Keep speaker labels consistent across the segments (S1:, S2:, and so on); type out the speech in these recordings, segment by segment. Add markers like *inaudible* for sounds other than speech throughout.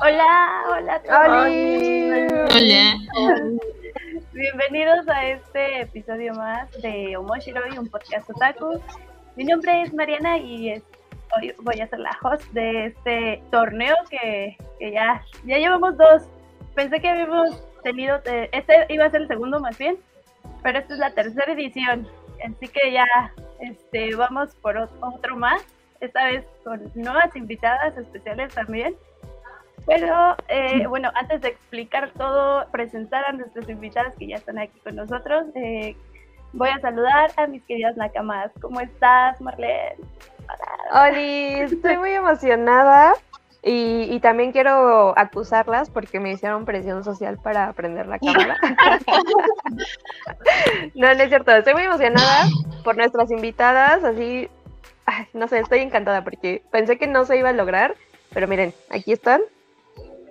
S1: Hola, hola
S2: Hola.
S3: Hola.
S1: Bienvenidos a este episodio más de Omoshiroi, un podcast otaku. Mi nombre es Mariana y es- hoy voy a ser la host de este torneo que, que ya, ya llevamos dos. Pensé que habíamos tenido, eh, este iba a ser el segundo más bien, pero esta es la tercera edición. Así que ya este, vamos por ot- otro más, esta vez con nuevas invitadas especiales también. Pero eh, bueno, antes de explicar todo, presentar a nuestros invitados que ya están aquí con nosotros, eh, voy a saludar a mis queridas nakamas. ¿Cómo estás, Marlene?
S2: Oli, estoy muy emocionada y, y también quiero acusarlas porque me hicieron presión social para prender la cámara. no, no es cierto, estoy muy emocionada por nuestras invitadas, así, ay, no sé, estoy encantada porque pensé que no se iba a lograr, pero miren, aquí están.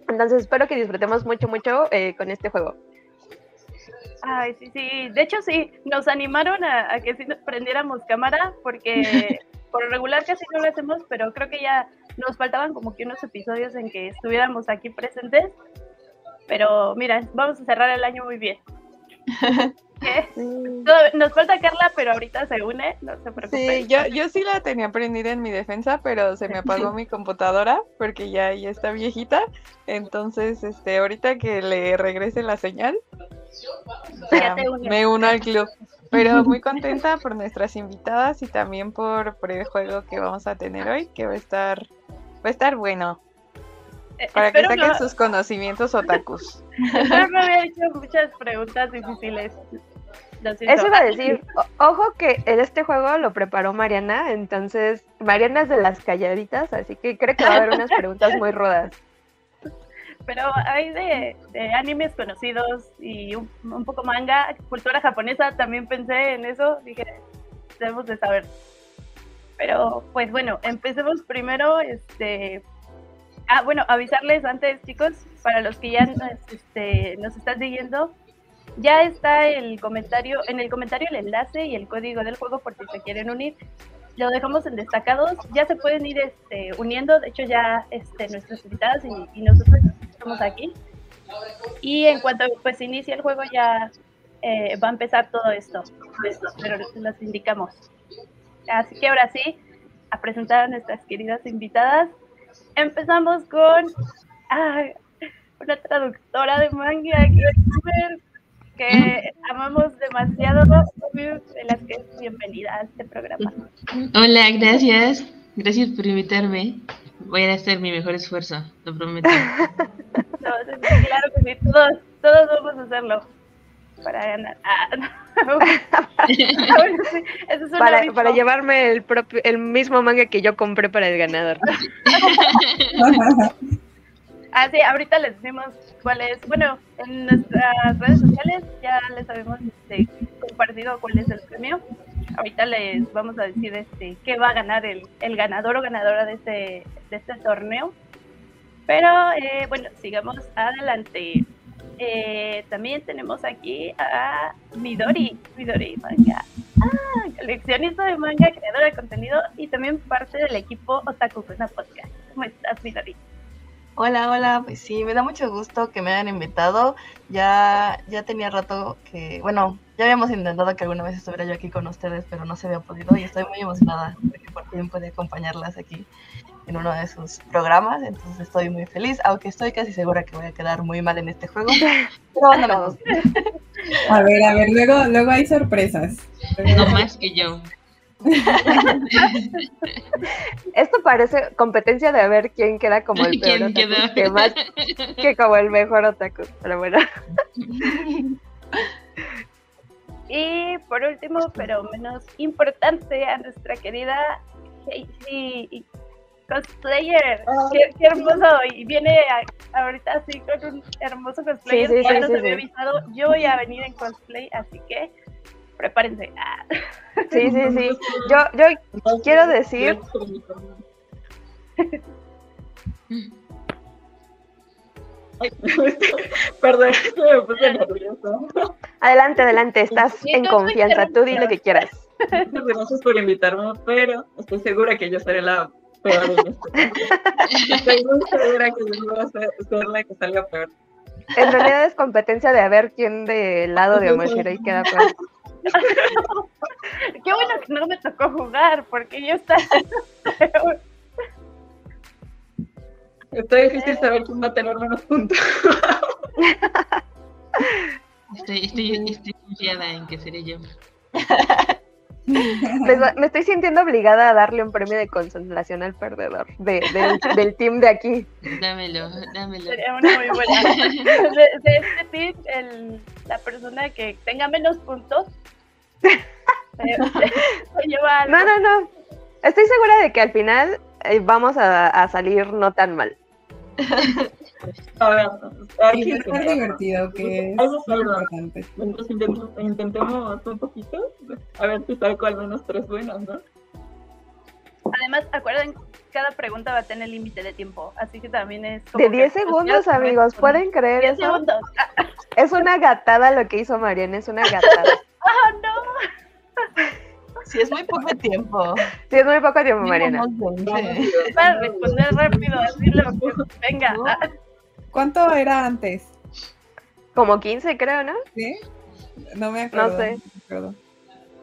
S2: Entonces espero que disfrutemos mucho, mucho eh, con este juego.
S1: Ay, sí, sí. De hecho, sí, nos animaron a, a que sí nos prendiéramos cámara
S4: *laughs*
S1: porque por lo regular casi no lo hacemos, pero creo que ya nos faltaban como que unos episodios en que estuviéramos aquí presentes. Pero mira, vamos a cerrar el año muy
S4: *laughs*
S1: bien. ¿Qué? Todavía- Nos falta Carla, pero ahorita se une, no se preocupen.
S4: Sí, yo, yo sí la tenía prendida en mi defensa, pero se me apagó mi computadora porque ya, ya está viejita. Entonces, este, ahorita que le regrese la señal,
S1: Ya
S4: ah,
S1: te unes.
S4: me uno al club. Pero muy contenta por nuestras invitadas y también por, por el juego que vamos a tener hoy, que va a estar, va a estar bueno,
S1: Eh,
S4: para que
S1: espero,
S4: saquen
S1: no,
S4: sus conocimientos otakus.
S1: *laughs* espero
S4: *laughs*
S1: no haber hecho muchas preguntas difíciles. Lo siento.
S2: Eso iba a decir, o- ojo que en este juego lo preparó Mariana, entonces Mariana es de las calladitas, así que creo que va a haber unas preguntas muy rudas.
S1: Pero hay de, de animes conocidos y un, un poco manga, cultura japonesa, también pensé en eso, dije, debemos de saber. Pero pues bueno, empecemos primero, este... Ah, bueno, avisarles antes, chicos, para los que ya nos, este, nos están siguiendo, ya está el comentario, en el comentario el enlace y el código del juego por si se quieren unir lo dejamos en destacados. Ya se pueden ir este, uniendo. De hecho, ya este, nuestros invitados y, y nosotros estamos aquí. Y en cuanto pues inicie el juego, ya eh, va a empezar todo esto. Pero los indicamos. Así que ahora sí, a presentar a nuestras queridas invitadas. Empezamos con ah, una traductora de manga gamer, que amamos demasiado, las que es bienvenida a este programa.
S3: Hola, gracias. Gracias por invitarme. Voy a hacer mi mejor esfuerzo, lo
S1: *laughs*
S3: prometo.
S1: No, sí, sí, claro que sí, todos, todos vamos a hacerlo para ganar. Ah,
S2: *laughs*
S1: no. *laughs* Ah, Bueno, sí, eso es un
S2: Para,
S1: aviso.
S2: para llevarme el, propio, el mismo manga que yo compré para el ganador.
S1: Ah, sí, ahorita les decimos cuál es. Bueno, en nuestras redes sociales ya les habíamos este, compartido cuál es el premio. Ahorita les vamos a decir este, qué va a ganar el, el ganador o ganadora de este, de este torneo. Pero eh, bueno, sigamos adelante. Eh, también tenemos aquí a Midori, Midori Manga. Ah, coleccionista de manga, creadora de contenido y también parte del equipo Otaku Kuna Podcast. ¿Cómo estás, Midori?
S5: Hola, hola, pues sí, me da mucho gusto que me hayan invitado. Ya, ya tenía rato que, bueno, ya habíamos intentado que alguna vez estuviera yo aquí con ustedes, pero no se había podido y estoy muy emocionada porque por fin pude acompañarlas aquí en uno de sus programas, entonces estoy muy feliz, aunque estoy casi segura que voy a quedar muy mal en este juego. Pero no me juzguen.
S6: A ver, a ver, luego, luego hay sorpresas. Luego-
S3: No más que yo.
S2: Esto parece competencia de ver quién queda como el peor
S3: ¿Quién
S2: otaku,
S3: quedó?
S2: que más que como el mejor otaku, pero bueno.
S1: Y por último, pero menos importante, a nuestra querida Casey cosplayer. Qué, qué hermoso. Y viene a- ahorita así con un hermoso cosplayer
S2: Sí, sí,
S1: que
S2: sí,
S1: ya nos
S2: sí,
S1: había
S2: sí.
S1: avisado. Yo voy a venir en cosplay, así que prepárense. Ah,
S2: Sí, sí, sí. Yo, yo quiero decir
S7: *laughs* Perdón, *laughs* es que me puse nerviosa.
S2: Adelante, adelante, estás
S1: Sí,
S2: en
S1: yo soy
S2: confianza, tú di lo que quieras.
S7: Muchas gracias por invitarme, pero estoy segura que yo seré la peor en este
S6: *laughs*
S7: caso. Estoy muy segura que yo voy a ser, ser la que salga peor.
S2: En realidad es competencia de a ver quién del lado de Omoshirai queda peor.
S1: Qué bueno que no me tocó jugar, porque yo estaba. *laughs*
S7: Está difícil saber quién va a tener menos puntos. *laughs*
S3: Estoy, estoy, estoy confiada en que seré yo.
S2: Les Pues, va- Me estoy sintiendo obligada a darle un premio de consolación al perdedor de- del, del team de aquí.
S3: Dámelo, dámelo.
S1: Sería una muy buena. De, de este tip, el- la persona que tenga menos puntos
S2: *laughs*
S1: se, *laughs* se lleva algo.
S2: No, no, no. Estoy segura de que al final eh, vamos a, a salir no tan mal.
S7: A ver, hay
S6: Y
S7: que
S6: lo más
S7: intentarlo.
S6: divertido que es
S7: Algo
S6: lo
S7: salva.
S6: importante.
S7: Entonces intent- intentemos un poquito, a ver si saco al menos tres buenos, ¿no?
S1: Además, acuerden, cada pregunta va a tener límite de tiempo, así que también es. como
S2: De
S1: que-
S2: 10 segundos, amigos. ¿Pueden creer
S1: 10
S2: eso?
S1: segundos.
S2: Es una gatada lo que hizo Mariana, es una gatada.
S1: ¡Ah, no!
S5: Sí, es muy poco tiempo.
S2: Sí, es muy poco tiempo, Mariana.
S5: Mínimo unos 20.
S7: Vamos,
S1: Para responder rápido, decirle lo que venga. Ah,
S6: ¿Cuánto era antes?
S2: Como 15, creo, ¿no?
S6: ¿Sí? No me acuerdo.
S2: No sé.
S6: me acuerdo.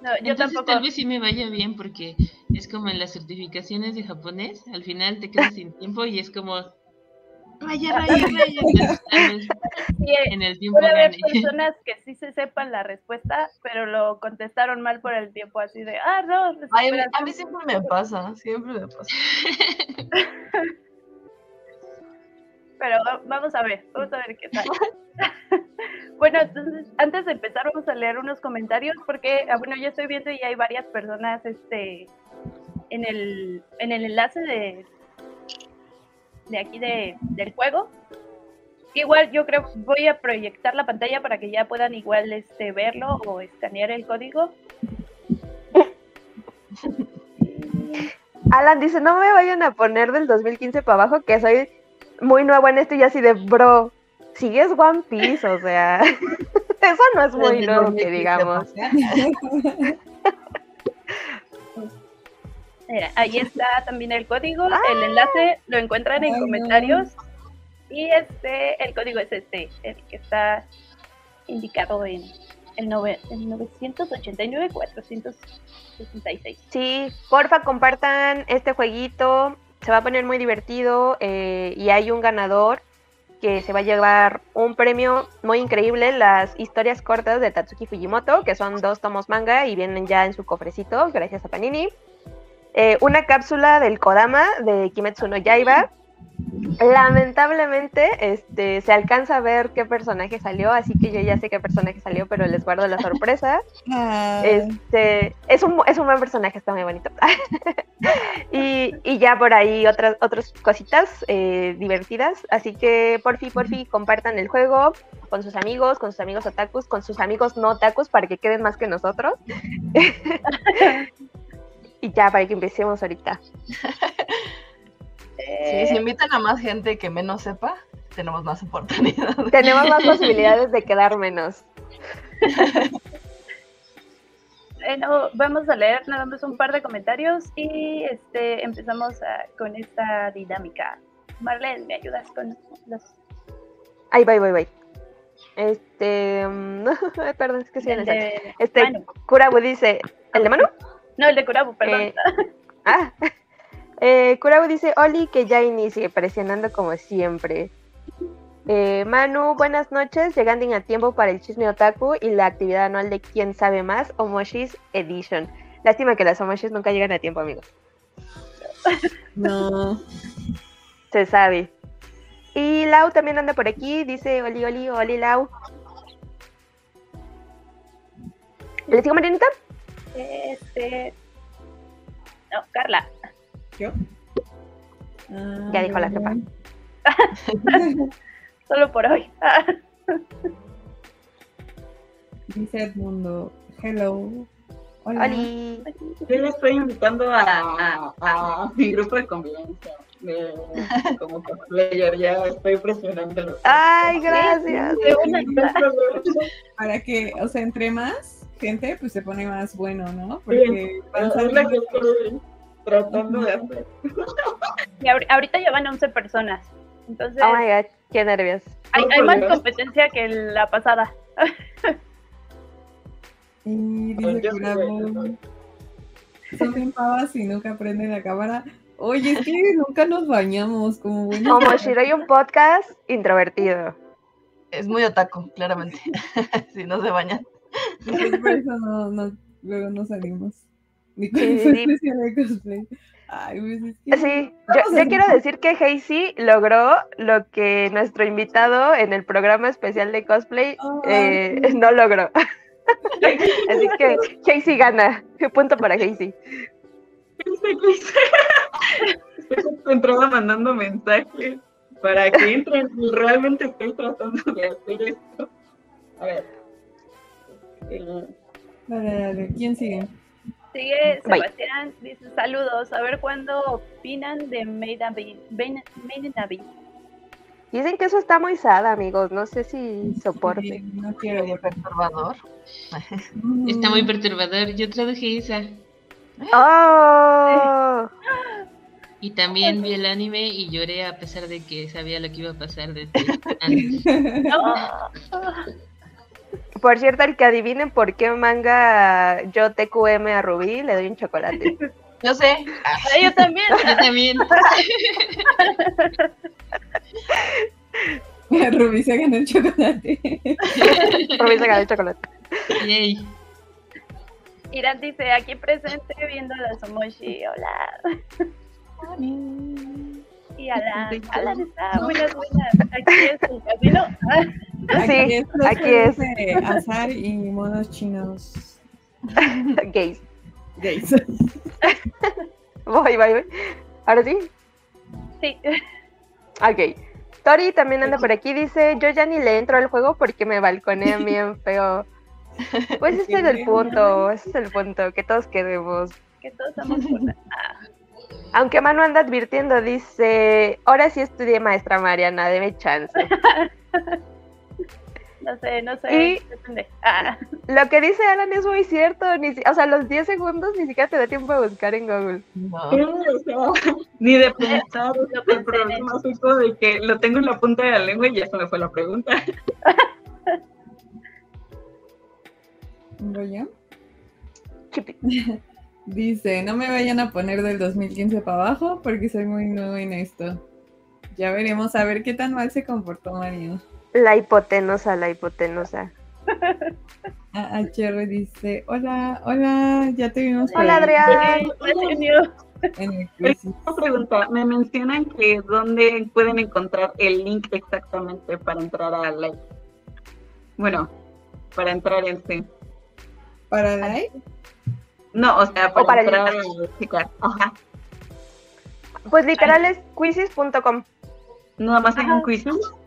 S1: no, yo
S3: Entonces,
S1: tampoco.
S3: Tal vez sí me vaya bien porque es como en las certificaciones de japonés, al final te quedas sin tiempo y es como raya, raya, raya. Entonces, tal vez
S1: Sí, eh,
S3: en el tiempo
S1: Puede haber
S3: gane.
S1: personas que sí se sepan la respuesta, pero lo contestaron mal por el tiempo, así de, ah, no,
S5: Ay,
S1: desesperación".
S5: a mí siempre me pasa, siempre me pasa.
S1: pero va- vamos a ver, vamos a ver qué tal. *laughs* bueno, entonces, antes de empezar, vamos a leer unos comentarios, porque, ah, bueno, yo estoy viendo y hay varias personas este, en, el, en el enlace de, de aquí de, del juego. Igual yo creo voy a proyectar la pantalla para que ya puedan igual este verlo o escanear el código.
S2: Alan dice, no me vayan a poner del 2015 para abajo, que soy muy nuevo en esto y así de, bro, sigues One Piece, o sea, *laughs* eso no es muy
S5: Desde
S2: nuevo que
S5: 2015
S2: digamos.
S1: Mira, Eh, ahí está también el código, el enlace lo encuentran en
S6: Ay, no.
S1: comentarios y este, el código es este, el que está indicado en el, nove- el 989-466.
S2: Sí, porfa, compartan este jueguito, se va a poner muy divertido eh, y hay un ganador que se va a llevar un premio muy increíble, las historias cortas de Tatsuki Fujimoto, que son dos tomos manga y vienen ya en su cofrecito, gracias a Panini. Eh, una cápsula del Kodama de Kimetsu no Yaiba. Lamentablemente, este, se alcanza a ver qué personaje salió, así que yo ya sé qué personaje salió, pero les guardo la sorpresa.
S6: Ah,
S2: Este, es un, es un buen personaje, está muy bonito. *laughs* y, y ya por ahí otras, otras cositas eh, divertidas. Así que por fin, por fin, compartan el juego con sus amigos, con sus amigos otakus, con sus amigos no otakus para que queden más que nosotros. *laughs* y ya, para que empecemos ahorita.
S1: Eh,
S5: Sí, si invitan a más gente que menos sepa, tenemos más oportunidades.
S2: Tenemos más posibilidades de quedar menos.
S1: Bueno, vamos a leer nada más un par de comentarios y este empezamos a- con esta dinámica. Marlene, ¿me ayudas con los
S2: Ahí voy, voy, voy. Este, mm, *laughs* ay, perdón, es que soy
S1: el
S2: inocente.
S1: de
S2: Este,
S1: Manu?
S2: Kurabu dice, ¿el de mano?
S1: No, el de Kurabu, perdón.
S2: Eh, ah. *laughs* Eh, Kurau dice, Oli, que ya inicie, presionando como siempre. Eh, Manu, buenas noches, llegando a tiempo para el chisme otaku y la actividad anual de Quién Sabe Más, Omoshis Edition. Lástima que las Omoshis nunca llegan a tiempo, amigos.
S6: no.
S2: Se sabe. Y Lau también anda por aquí, dice, Oli, Oli, Oli, Lau. ¿Le sigo, Marianita?
S1: *laughs* Este. No, Carla.
S2: Ya dijo la jefa.
S1: Solo por hoy. *laughs*
S6: Dice Edmundo, hello.
S4: Ah.
S6: Hola.
S2: Oli.
S7: Yo le estoy invitando a, a, a mi grupo de convivencia, de, como cosplayer, ya estoy
S2: *laughs*
S7: presionándolo.
S2: Ay, gracias.
S1: De una-
S7: No hay problema.
S6: Para que, o sea, entre más gente, pues se pone más bueno, ¿no? Porque van
S7: Es lo
S6: saliendo
S7: que estoy-
S8: tratando de hacer.
S1: Y ahori- ahorita ya van 11 personas. Entonces,
S2: Oh my god, qué nervios.
S1: hay,
S8: no,
S1: hay
S8: por
S1: más
S8: Dios.
S1: competencia que la pasada.
S4: Y
S8: Ay,
S4: dice
S8: yo sí,
S4: Kurabo,
S8: güey.
S4: son bien pavas y nunca prenden la cámara. Oye, es que nunca nos bañamos como buenos.
S2: Como Shiroi, un podcast introvertido.
S5: Es muy otaku, claramente. *laughs* si no se baña.
S4: *laughs* Pues por eso no, no, luego no salimos. Ni con
S2: Sí,
S4: su
S2: sí, sí.
S4: especial de cosplay. Ay, pues es que-
S2: Sí, yo,
S4: Vamos a
S2: yo
S4: hacer-
S2: quiero decir que Hazy logró lo que nuestro invitado en el programa especial de cosplay eh,
S4: Ay.
S2: no
S4: *laughs*
S2: logró. Así que Hazy gana. Punto para Hazy.
S8: Entraba mandando mensajes para que entren. Realmente estoy tratando de hacer esto. A ver. Eh,
S4: Dale, dale, ¿quién sigue?
S1: Sigue
S2: Bye.
S1: Sebastián, dice saludos, a ver cuándo opinan de Made in Abyss.
S2: Dicen que eso está muy sad, amigos. No sé si soporte.
S4: Sí, No quiero Mm,
S5: Medio perturbador.
S3: Está muy perturbador. Yo traduje esa.
S2: ¡Oh!
S3: Y también vi el anime y lloré a pesar de que sabía lo que iba a pasar desde antes.
S1: No, ah,
S2: Por cierto, el que adivinen por qué manga yo TQM a Rubí, le doy un chocolate.
S5: Yo sé.
S1: ay, yo también.
S3: Yo también.
S4: *laughs* Rubí se ganó el chocolate.
S2: Rubí se ganó el chocolate.
S3: Yay.
S1: Irán dice, aquí presente viendo a la Somoshi, hola. Y a la, a la de esta, buenas, buenas. Aquí es el camino. *laughs* Ah,
S2: Sí,
S4: los
S2: aquí
S4: juegos
S2: es.
S4: de azar y monos chinos.
S2: gays.
S4: Gays.
S2: *laughs* Voy, voy, voy. Ahora sí.
S1: Sí, *laughs*
S2: Ok. Tori también anda por aquí. Dice: Yo ya ni le entro al juego porque me balconean bien feo. Pues ese es el punto, ese es el punto que todos queremos.
S1: que todos estamos por la-
S2: Aunque Manu anda advirtiendo, dice: Ahora sí estudié maestra Mariana, deme chance.
S1: No sé, no sé,
S2: Y-
S1: depende. Ah,
S2: Lo que dice Alan es muy cierto. Ni si- o sea, los 10 segundos ni siquiera te da tiempo de buscar en Google.
S5: No.
S8: Sí, o sea, ni de pensar o sea,
S1: *laughs*
S8: el problema es eso de que lo tengo en la punta de la lengua y ya se me fue la pregunta.
S4: ¿Voy yo?
S2: Chupi.
S4: Dice, no me vayan a poner del 2015 para abajo porque soy muy nuevo en esto. Ya veremos a ver qué tan mal se comportó Mario.
S2: La hipotenusa, la hipotenusa.
S4: A HR dice, hola, hola, ya te vimos por
S2: Hola,
S4: ahí
S2: Adrián.
S1: Patricio,
S4: en el quiz".
S8: Eh, Una pregunta, me mencionan que dónde pueden encontrar el link exactamente para entrar a Live. Bueno, para entrar en sí.
S4: Para like,
S8: No, o sea, para,
S2: para el
S8: entrar a chicas. Ajá.
S2: Pues literal es quizzes.com.
S8: Nada más hay un
S1: Ajá.
S8: quiz.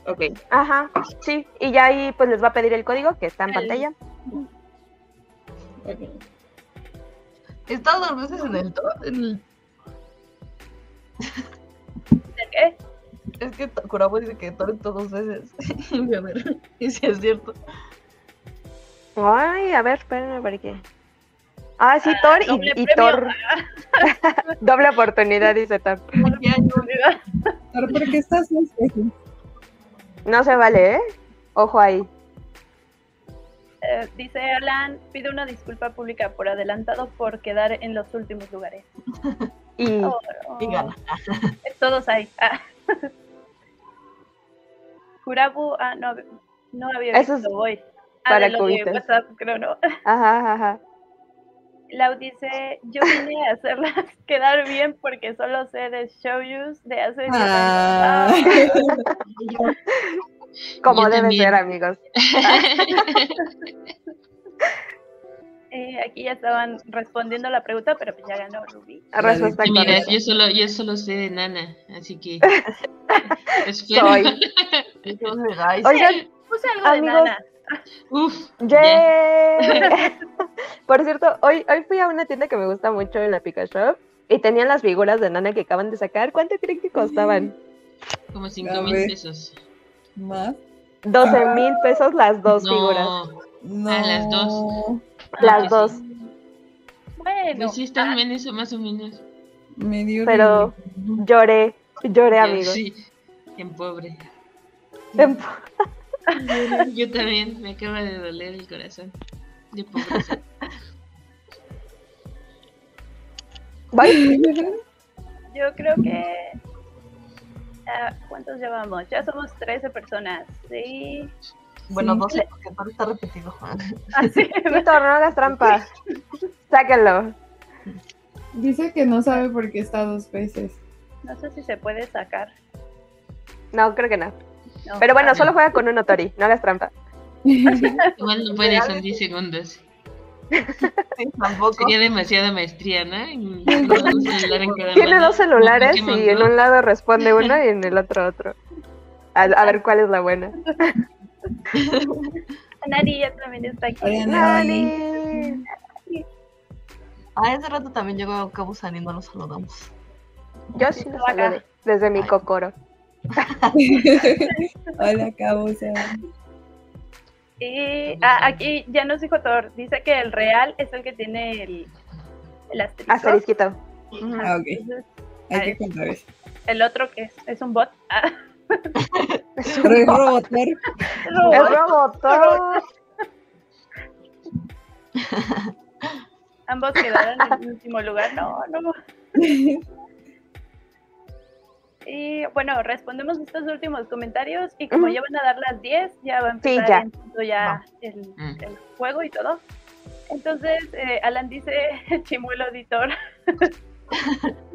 S8: Ok.
S2: Ajá, sí. Y ya ahí pues les va a pedir el código que está en
S1: El-
S2: pantalla.
S8: ok.
S5: ¿Estás dos veces en el top? En el-
S1: ¿de qué?
S5: Es que to- Kurabo dice que Toreto dos veces. *laughs* Y voy a ver. Y si es cierto.
S2: Ay, a ver, espérenme por qué. Ah, sí, Thor
S1: doble
S2: y, y
S1: premio.
S2: Thor. Doble oportunidad, dice Thor.
S5: Aquí hay un-
S4: Thor, ¿por qué estás en espejo?
S2: No se vale, ¿eh? Ojo ahí.
S1: Eh, *laughs* dice Alan, pido una disculpa pública por adelantado por quedar en los últimos lugares.
S2: Y
S1: Oh, oh.
S5: Y gana.
S1: Todos hay. Ah. *laughs* Jurabu, ah, no, no había
S2: Eso
S1: visto,
S2: es
S1: voy. Ah,
S2: para
S1: de lo de
S2: cubitas.
S1: WhatsApp, creo, no. *laughs*
S2: ajá, ajá.
S1: Lau dice, yo vine a hacerlas *laughs* quedar bien porque solo sé de showyus de hace 10 años.
S4: Ah.
S1: Ah,
S2: Como
S3: Yo
S2: debe
S3: también.
S2: ser, amigos.
S1: eh, aquí ya estaban respondiendo la pregunta, pero pues ya ganó Ruby.
S2: Respuesta
S3: *laughs* Y mira,
S2: correcta.
S3: yo solo, yo solo sé de Nana,
S2: *laughs*
S3: así que. Espero.
S2: Soy.
S5: Entonces, ay, sí.
S2: Oigan,
S1: Puse algo de
S2: Amigos,
S1: nana.
S3: *laughs* Uf. ya.
S2: ¡Yay! *laughs* Por cierto, hoy, hoy fui a una tienda que me gusta mucho en la Pika Shop y tenían las figuras de nana que acaban de sacar. ¿Cuánto creen que costaban?
S3: Como
S4: A
S3: 5 mil
S4: ver.
S3: pesos.
S4: Más.
S2: 12 mil pesos las dos figuras.
S3: Ah. No.
S4: No.
S3: Ah, las dos. Ah,
S2: Las
S3: sí.
S2: dos.
S1: Bueno,
S3: Pues sí, están en eso más o menos.
S6: Me dio
S2: Pero-
S6: risa.
S2: Lloré, lloré,
S3: Yo
S2: amigos.
S3: sí, en pobre.
S2: En-
S3: Yo también, me acaba de doler el corazón. De pobreza.
S2: Bye.
S1: Yo creo que. ah, ¿Cuántos llevamos? Ya somos 13 personas.
S2: *laughs*
S1: Sí. Ah,
S5: Bueno,
S6: Sí.
S5: 12, porque todo está repetido. Ah,
S1: Así.
S2: Víctor, no hagas trampas. Sáquenlo.
S6: Dice que no sabe por qué está dos veces.
S1: no sé si se puede sacar.
S2: No, creo que no.
S1: No.
S2: Pero bueno, solo juega con uno, Tori. No hagas trampa.
S3: Igual
S2: *laughs*
S3: no puede, son 10 segundos.
S5: Sí, tampoco.
S3: Sería demasiada maestría,
S2: *laughs*
S3: ¿no? En- en usar un celular en cada
S2: Tiene
S3: mano.
S2: dos celulares
S3: Como
S2: y en
S3: Pokémon
S2: un lado responde uno y en
S3: *laughs*
S2: el otro otro. A, a ver cuál es la buena.
S1: Nari ya también está aquí.
S6: Hola, Nani.
S2: Nani.
S5: Ah, ese rato también llegó Cabusan y no lo saludamos.
S2: Yo sí lo saludé desde mi cocoro.
S6: *laughs* Hola, Cabusa.
S1: Y ah, aquí ya nos dijo Thor. Dice que el real es el que tiene el, el asterisco.
S2: Asterisquito.
S1: Ajá.
S6: Ah, ok.
S1: Entonces,
S6: Hay que contar eso.
S1: El otro que es, es un bot. *laughs* Ah,
S2: Es
S6: Pero es
S2: *laughs*
S6: Roboter.
S2: Es
S1: robot.
S2: robotón.
S1: Ambos quedaron en último lugar. No, no. Y bueno, respondemos estos últimos comentarios y como
S2: Ujú.
S1: ya van a dar las 10, ya va a
S2: Sí,
S1: empezar
S2: ya.
S1: en punto ya el,
S3: Mm.
S1: el juego y todo. Entonces, eh, Alan dice, *laughs* Chimuelo Editor, *laughs*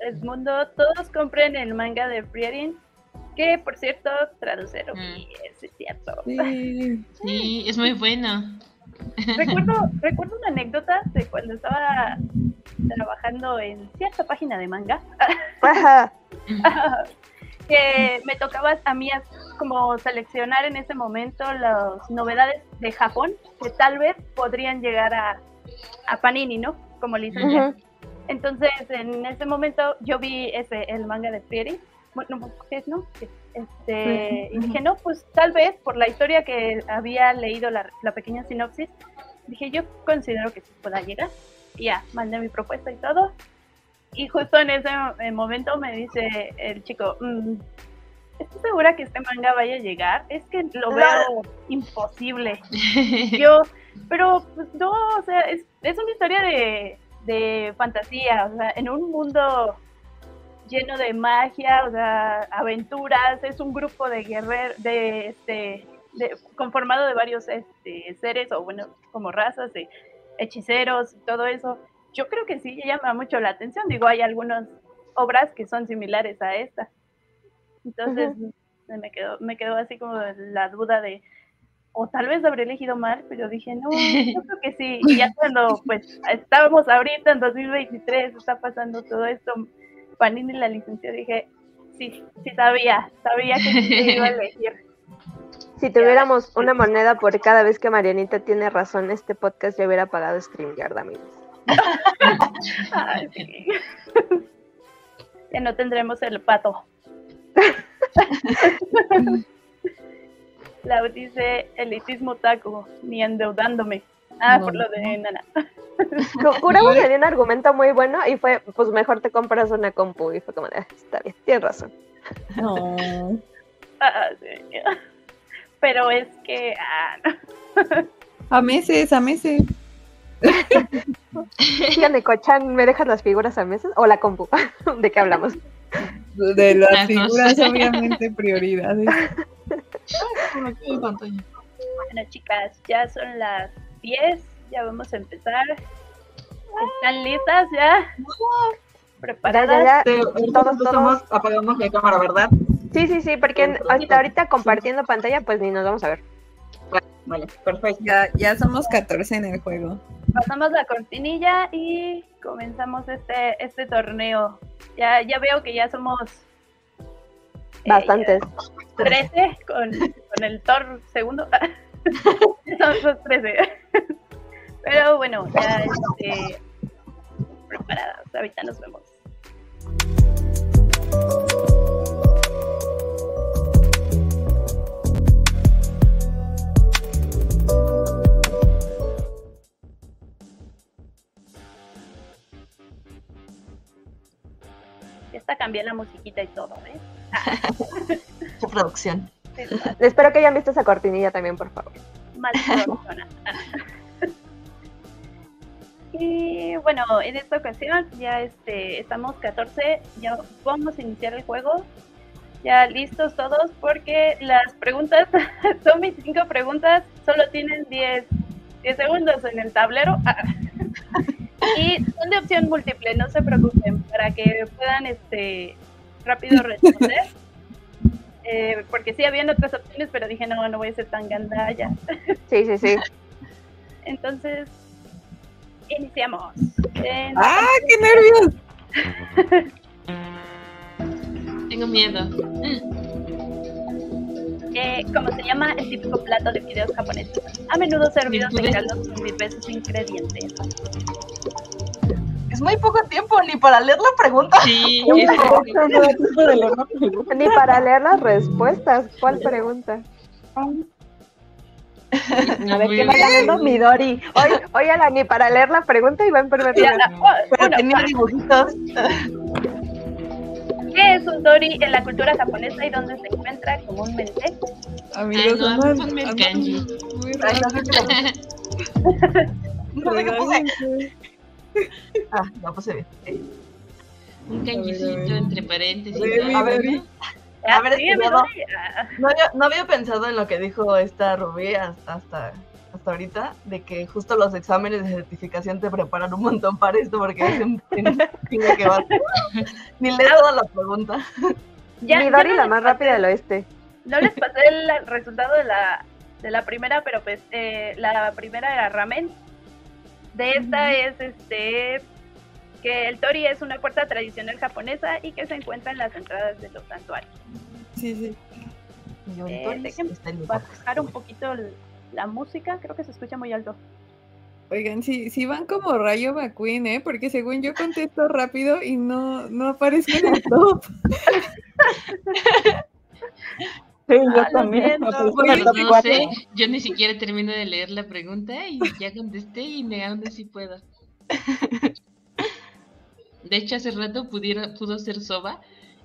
S1: Edmundo, todos compren el manga de Friedin, que por cierto, traducero,
S3: Mm.
S1: y es cierto.
S6: Sí.
S3: Sí, es muy bueno.
S1: recuerdo, recuerdo una anécdota de cuando estaba trabajando en cierta página de manga
S2: Ajá.
S1: que me tocaba a mí as- como seleccionar en ese momento las novedades de Japón que tal vez podrían llegar a, a Panini, ¿no? Como licencia.
S2: Ujú.
S1: Entonces, en ese momento yo vi ese, el manga de Frieri. Bueno, ¿qué es, no? Sí. Este, y dije, no, pues tal vez por la historia que había leído la, la pequeña sinopsis, dije, yo considero que sí pueda llegar. Y ya, mandé mi propuesta y todo. Y justo en ese eh, momento me dice el chico, "Mm, ¿estás segura que este manga vaya a llegar? Es que lo veo imposible.
S3: *laughs*
S1: Yo, pero pues no, o sea, es, es una historia de, de fantasía, o sea, en un mundo lleno de magia, o sea, aventuras, es un grupo de guerreros, de este, de- conformado de varios este, seres, o bueno, como razas, de hechiceros, y todo eso. Yo creo que sí llama mucho la atención, digo, hay algunas obras que son similares a esta. Entonces, me quedó me quedó así como la duda de, o tal vez habré elegido mal, pero dije, no, yo creo que sí. Y ya cuando, pues, estábamos ahorita en 2023, está pasando todo esto, Panini la licenció, dije, sí, sí sabía, sabía que sí iba a elegir.
S2: Si tuviéramos una moneda por cada vez que Marianita tiene razón, este podcast ya hubiera pagado StreamYard, amigos.
S1: Ay, sí. *laughs* ya no tendremos el pato. *laughs* Lau dice, elitismo taco, ni endeudándome. Ah,
S6: No,
S1: por lo de Nana.
S2: Kurama tenía un argumento muy bueno y fue, pues mejor te compras una compu. Y fue como, de, "Ah, está bien, tienes razón.
S6: No.
S1: Ah, sí. Pero es que, ah, no.
S6: A meses, a meses.
S2: Tía Necochan, ¿me dejas las figuras a meses? O la compu, *laughs* ¿de qué hablamos? Ah,
S6: De las
S3: Las dos.
S6: figuras,
S2: *laughs*
S6: obviamente, prioridades.
S5: Bueno, ¿qué es pantalla?
S1: Bueno, chicas, ya son las 10, ya vamos a empezar. ¿Están listas ya?
S2: Ya,
S1: ¿Preparadas?
S2: Ah. ya, ya.
S7: Este,
S2: Todos,
S7: entonces somos- apagamos la cámara, ¿verdad?
S2: Sí, sí, sí, porque en- hasta ahorita compartiendo pantalla, pues ni nos vamos a ver.
S7: Vale, perfecto.
S6: Ya, ya somos 14 en el juego.
S1: Pasamos la cortinilla y comenzamos este, este torneo. Ya, ya veo que ya somos eh,
S2: Bastantes.
S1: 13 con, con el Thor segundo. *laughs* Son los 13. Pero bueno, ya este, preparadas. Ahorita nos vemos. Ya está cambié la musiquita y todo, ¿eh?
S5: Qué producción.
S2: Espero que hayan visto esa cortinilla también, por favor.
S1: mal persona. Y bueno, en esta ocasión ya este, estamos 14, ya vamos a iniciar el juego. Ya listos todos porque las preguntas *laughs* son 25 preguntas, solo tienen 10, 10 segundos en el tablero. *laughs* y son de opción múltiple, no se preocupen, para que puedan este, rápido responder. Eh, porque sí habían otras opciones, pero dije, no, no voy a ser tan gandalla.
S2: Sí, sí, sí.
S1: Entonces, iniciamos. En-
S6: ¡Ah, qué nervios!
S3: Tengo miedo. Mm,
S1: eh, como se llama el típico plato de fideos japoneses, a menudo servidos en
S3: Virtudes.
S1: caldos con diversos ingredientes.
S5: Es muy poco tiempo ni para leer la pregunta.
S3: Sí, es-
S2: Ni para leer las respuestas. ¿Cuál pregunta?
S3: no
S2: A ver,
S3: voy
S2: ¿qué va ganando Midori? Hoy, hoy a la ni para leer la pregunta y va en primer
S1: Ya,
S2: lugar.
S1: oh,
S5: Pero
S1: bueno,
S5: tenía dibujitos.
S1: ¿Qué es un dori en la cultura japonesa y dónde se encuentra comúnmente?
S6: Amigos,
S3: Ah, no,
S6: andan-
S3: ponme el
S6: andan
S3: kanji.
S6: muy
S5: Ay,
S6: raros,
S5: no sé qué le- no sé qué puse.
S6: regálense.
S5: Ah, no puse bien. Eh,
S3: Un canguicito entre paréntesis.
S6: Baby,
S3: ¿no?
S6: baby.
S5: A ver,
S1: Ah, sí,
S5: estimado.
S1: Midori, ah,
S5: No había, no había pensado en lo que dijo esta Rubí hasta, hasta, hasta ahorita, de que justo los exámenes de certificación te preparan un montón para esto, porque es *laughs* un un chingo que va. Ni le he dado la pregunta.
S1: ya- ya
S2: Midori
S1: no
S2: la
S1: les
S2: más
S1: pasé-
S2: rápida del oeste.
S1: No les pasé el resultado de la, de la primera, pero pues eh, la primera era ramen. De esta es este que el tori es una puerta tradicional japonesa y que se encuentra en las entradas de los santuarios.
S6: Sí, sí.
S5: Y yo,
S1: Eh,
S5: "Toris,
S1: déjenme
S5: está en este, mi boca".
S1: Bajar un poquito el- la música, creo que se escucha muy alto.
S6: Oigan, sí, sí van como rayo McQueen, ¿eh? Porque según yo contesto rápido y no, no aparezco en el top.
S9: Sí, yo
S1: Ah, lo
S9: también.
S1: siento,
S9: aparezco en
S3: Pues
S9: el top
S3: no
S9: cuatro.
S3: sé, yo ni siquiera termino de leer la pregunta y ya contesté y me aún si puedo. De hecho, hace rato pudiera, pudo ser soba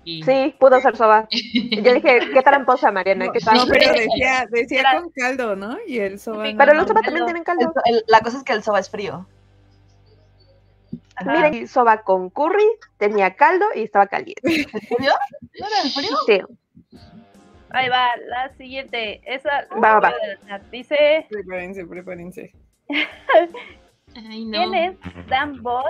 S3: y
S2: Sí, pudo ser soba. Yo dije, qué tramposa, Mariana, qué
S6: No,
S2: tramposa.
S6: pero decía, decía
S1: Era-
S6: con caldo, ¿no? Y el soba.
S1: Sí,
S6: no.
S2: Pero los soba también tienen
S5: El-
S2: caldo.
S5: el- la cosa es que el soba es frío.
S1: Ajá.
S2: Miren, soba con curry, tenía caldo y estaba caliente.
S5: ¿En serio? ¿No era el frío?
S2: Sí,
S1: Ahí va, la siguiente. Esa
S2: Va, va, va.
S1: dice
S6: Prepárense, prepárense.
S3: Ay, no.
S1: ¿Quién es Dan Boss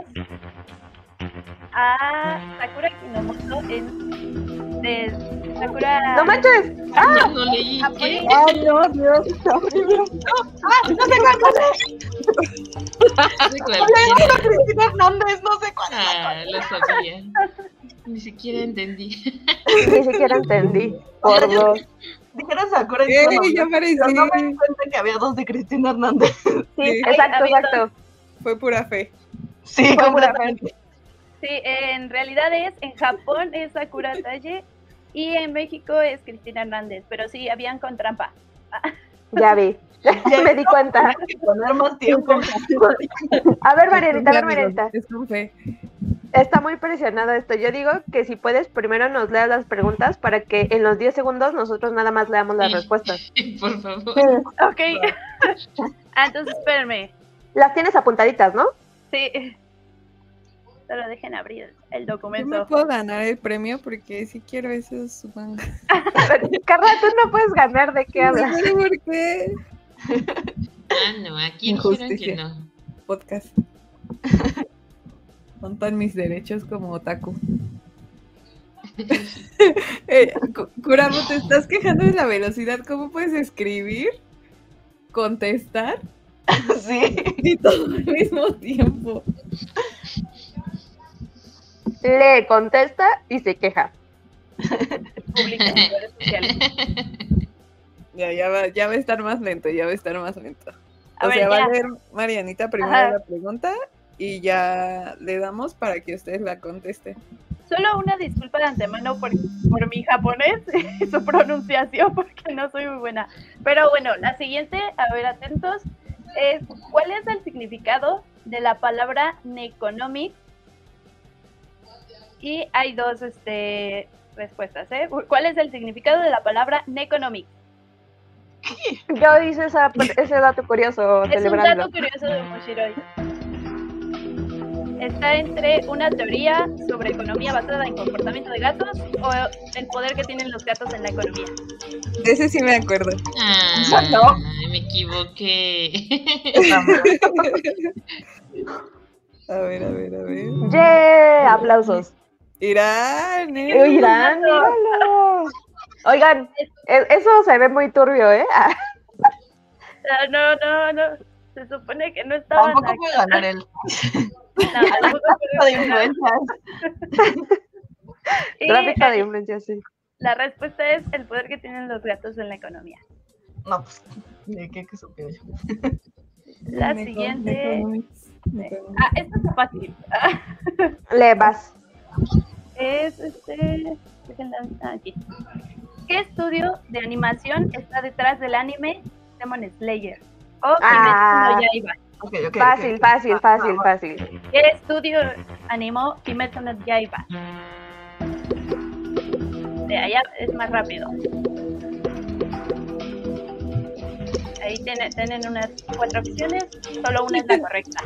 S1: a Sakura Kinomoto en de Sakura
S2: ¡No manches!
S3: Ya no leí. ¿qué?
S9: Ay, no, Dios, qué horrible.
S3: De cualquiera.
S5: Cristina Hernández, no sé cuál.
S3: Ah, lo sabía. Ni siquiera entendí. *laughs*
S2: Ni siquiera entendí.
S5: O sea,
S2: Por
S5: yo-
S2: dos.
S5: Dijeron Sakura
S6: *laughs*
S5: y
S6: ¡Eh,
S5: todo,
S6: ya aparecí!
S5: pero no me di cuenta que había dos de
S2: *laughs*
S5: Cristina Hernández.
S2: Sí,
S1: Ay,
S2: exacto,
S1: amigo.
S2: exacto.
S6: Fue pura fe.
S5: Sí,
S2: Fue pura
S5: completamente.
S1: Sí, en realidad es, en Japón es Sakura Talle y en México es Cristina Hernández, pero sí, habían con trampa.
S2: Ya vi. *laughs* Me di cuenta.
S5: Hay que poner más tiempo.
S2: A ver, Marianita, a ver,
S6: Amigos,
S2: Marianita.
S6: Es con fe.
S2: Está muy presionado esto. Yo digo que si puedes, primero nos leas las preguntas para que en los 10 segundos nosotros nada más leamos las
S3: Sí.
S2: respuestas.
S3: Por favor.
S1: Ok. *laughs* Ah, Entonces, espérenme.
S2: Las tienes apuntaditas,
S1: *laughs*
S2: ¿no?
S1: Sí. Solo dejen abrir el
S6: Yo me
S1: documento.
S6: puedo ganar el premio porque sí quiero esos mangas.
S2: Carla, tú no puedes ganar. ¿De qué
S6: No
S2: hablas?
S6: sé por qué.
S3: Ah, no, aquí dijeron que
S6: Injusticia.
S3: no.
S1: *laughs*
S6: Podcast. Son tan mis derechos como
S1: *laughs*
S6: otaku. Eh, Ku- Kuramo, te estás quejando de la velocidad. ¿Cómo puedes escribir,
S1: *laughs*
S6: contestar
S5: Sí.
S6: y todo al mismo tiempo?
S2: Le contesta y se queja.
S1: Publica en redes
S6: *laughs*
S1: sociales.
S6: Ya, ya, va, ya va a estar más lento, ya va a estar más lento.
S1: A
S6: o
S1: ver,
S6: sea, va
S1: ya.
S6: a leer Marianita primero
S1: Ajá.
S6: la pregunta y ya le damos para que ustedes la contesten.
S1: Solo una disculpa de antemano por, por mi japonés *laughs* y su pronunciación, porque no soy muy buena. Pero bueno, la siguiente, a ver, atentos, es ¿cuál es el significado de la palabra Neconomic Y hay dos este, respuestas. ¿eh? ¿Cuál es el significado de la palabra Neconomics?
S2: Yo hice esa- ese dato curioso
S1: Es un
S2: celebrando.
S1: dato curioso de Moshiroi. Está entre una teoría sobre economía basada en comportamiento de gatos o el poder que tienen los gatos en la economía.
S10: De ese sí me acuerdo.
S3: Ah,
S10: No.
S3: me equivoqué. *laughs*
S10: A ver, a ver, a ver.
S2: ¡Yeah! Aplausos.
S10: Irán, ¿eh?
S2: Eh, Irán, míralo. Oigan, e- eso se ve muy turbio, ¿eh?
S1: Ah, no, no, no. Se supone que no estaban
S5: Tampoco puede ganar él.
S1: No,
S2: *laughs*
S1: tampoco
S5: de
S1: puede ganar.
S5: influencias.
S1: *laughs* Y
S2: Gráfica de influencia, sí.
S1: la respuesta es el poder que tienen los gatos en la economía.
S5: No, pues, ¿de qué, qué supiera yo?
S1: La
S6: Neco-
S1: siguiente.
S6: Neconomics, Neconomics.
S1: Ah, esta está fácil.
S2: Le vas.
S1: es este. déjenla, ah, aquí. ¿Qué estudio de animación está detrás del anime Demon Slayer? O Kimetsu
S2: Ah.
S1: no Yaiba.
S5: Ok, ok, ok.
S2: Fácil, fácil, fácil, fácil.
S1: ¿Qué estudio animó Kimetsu no Yaiba? De allá es más rápido. Ahí tiene- tienen unas cuatro opciones, solo una es la correcta.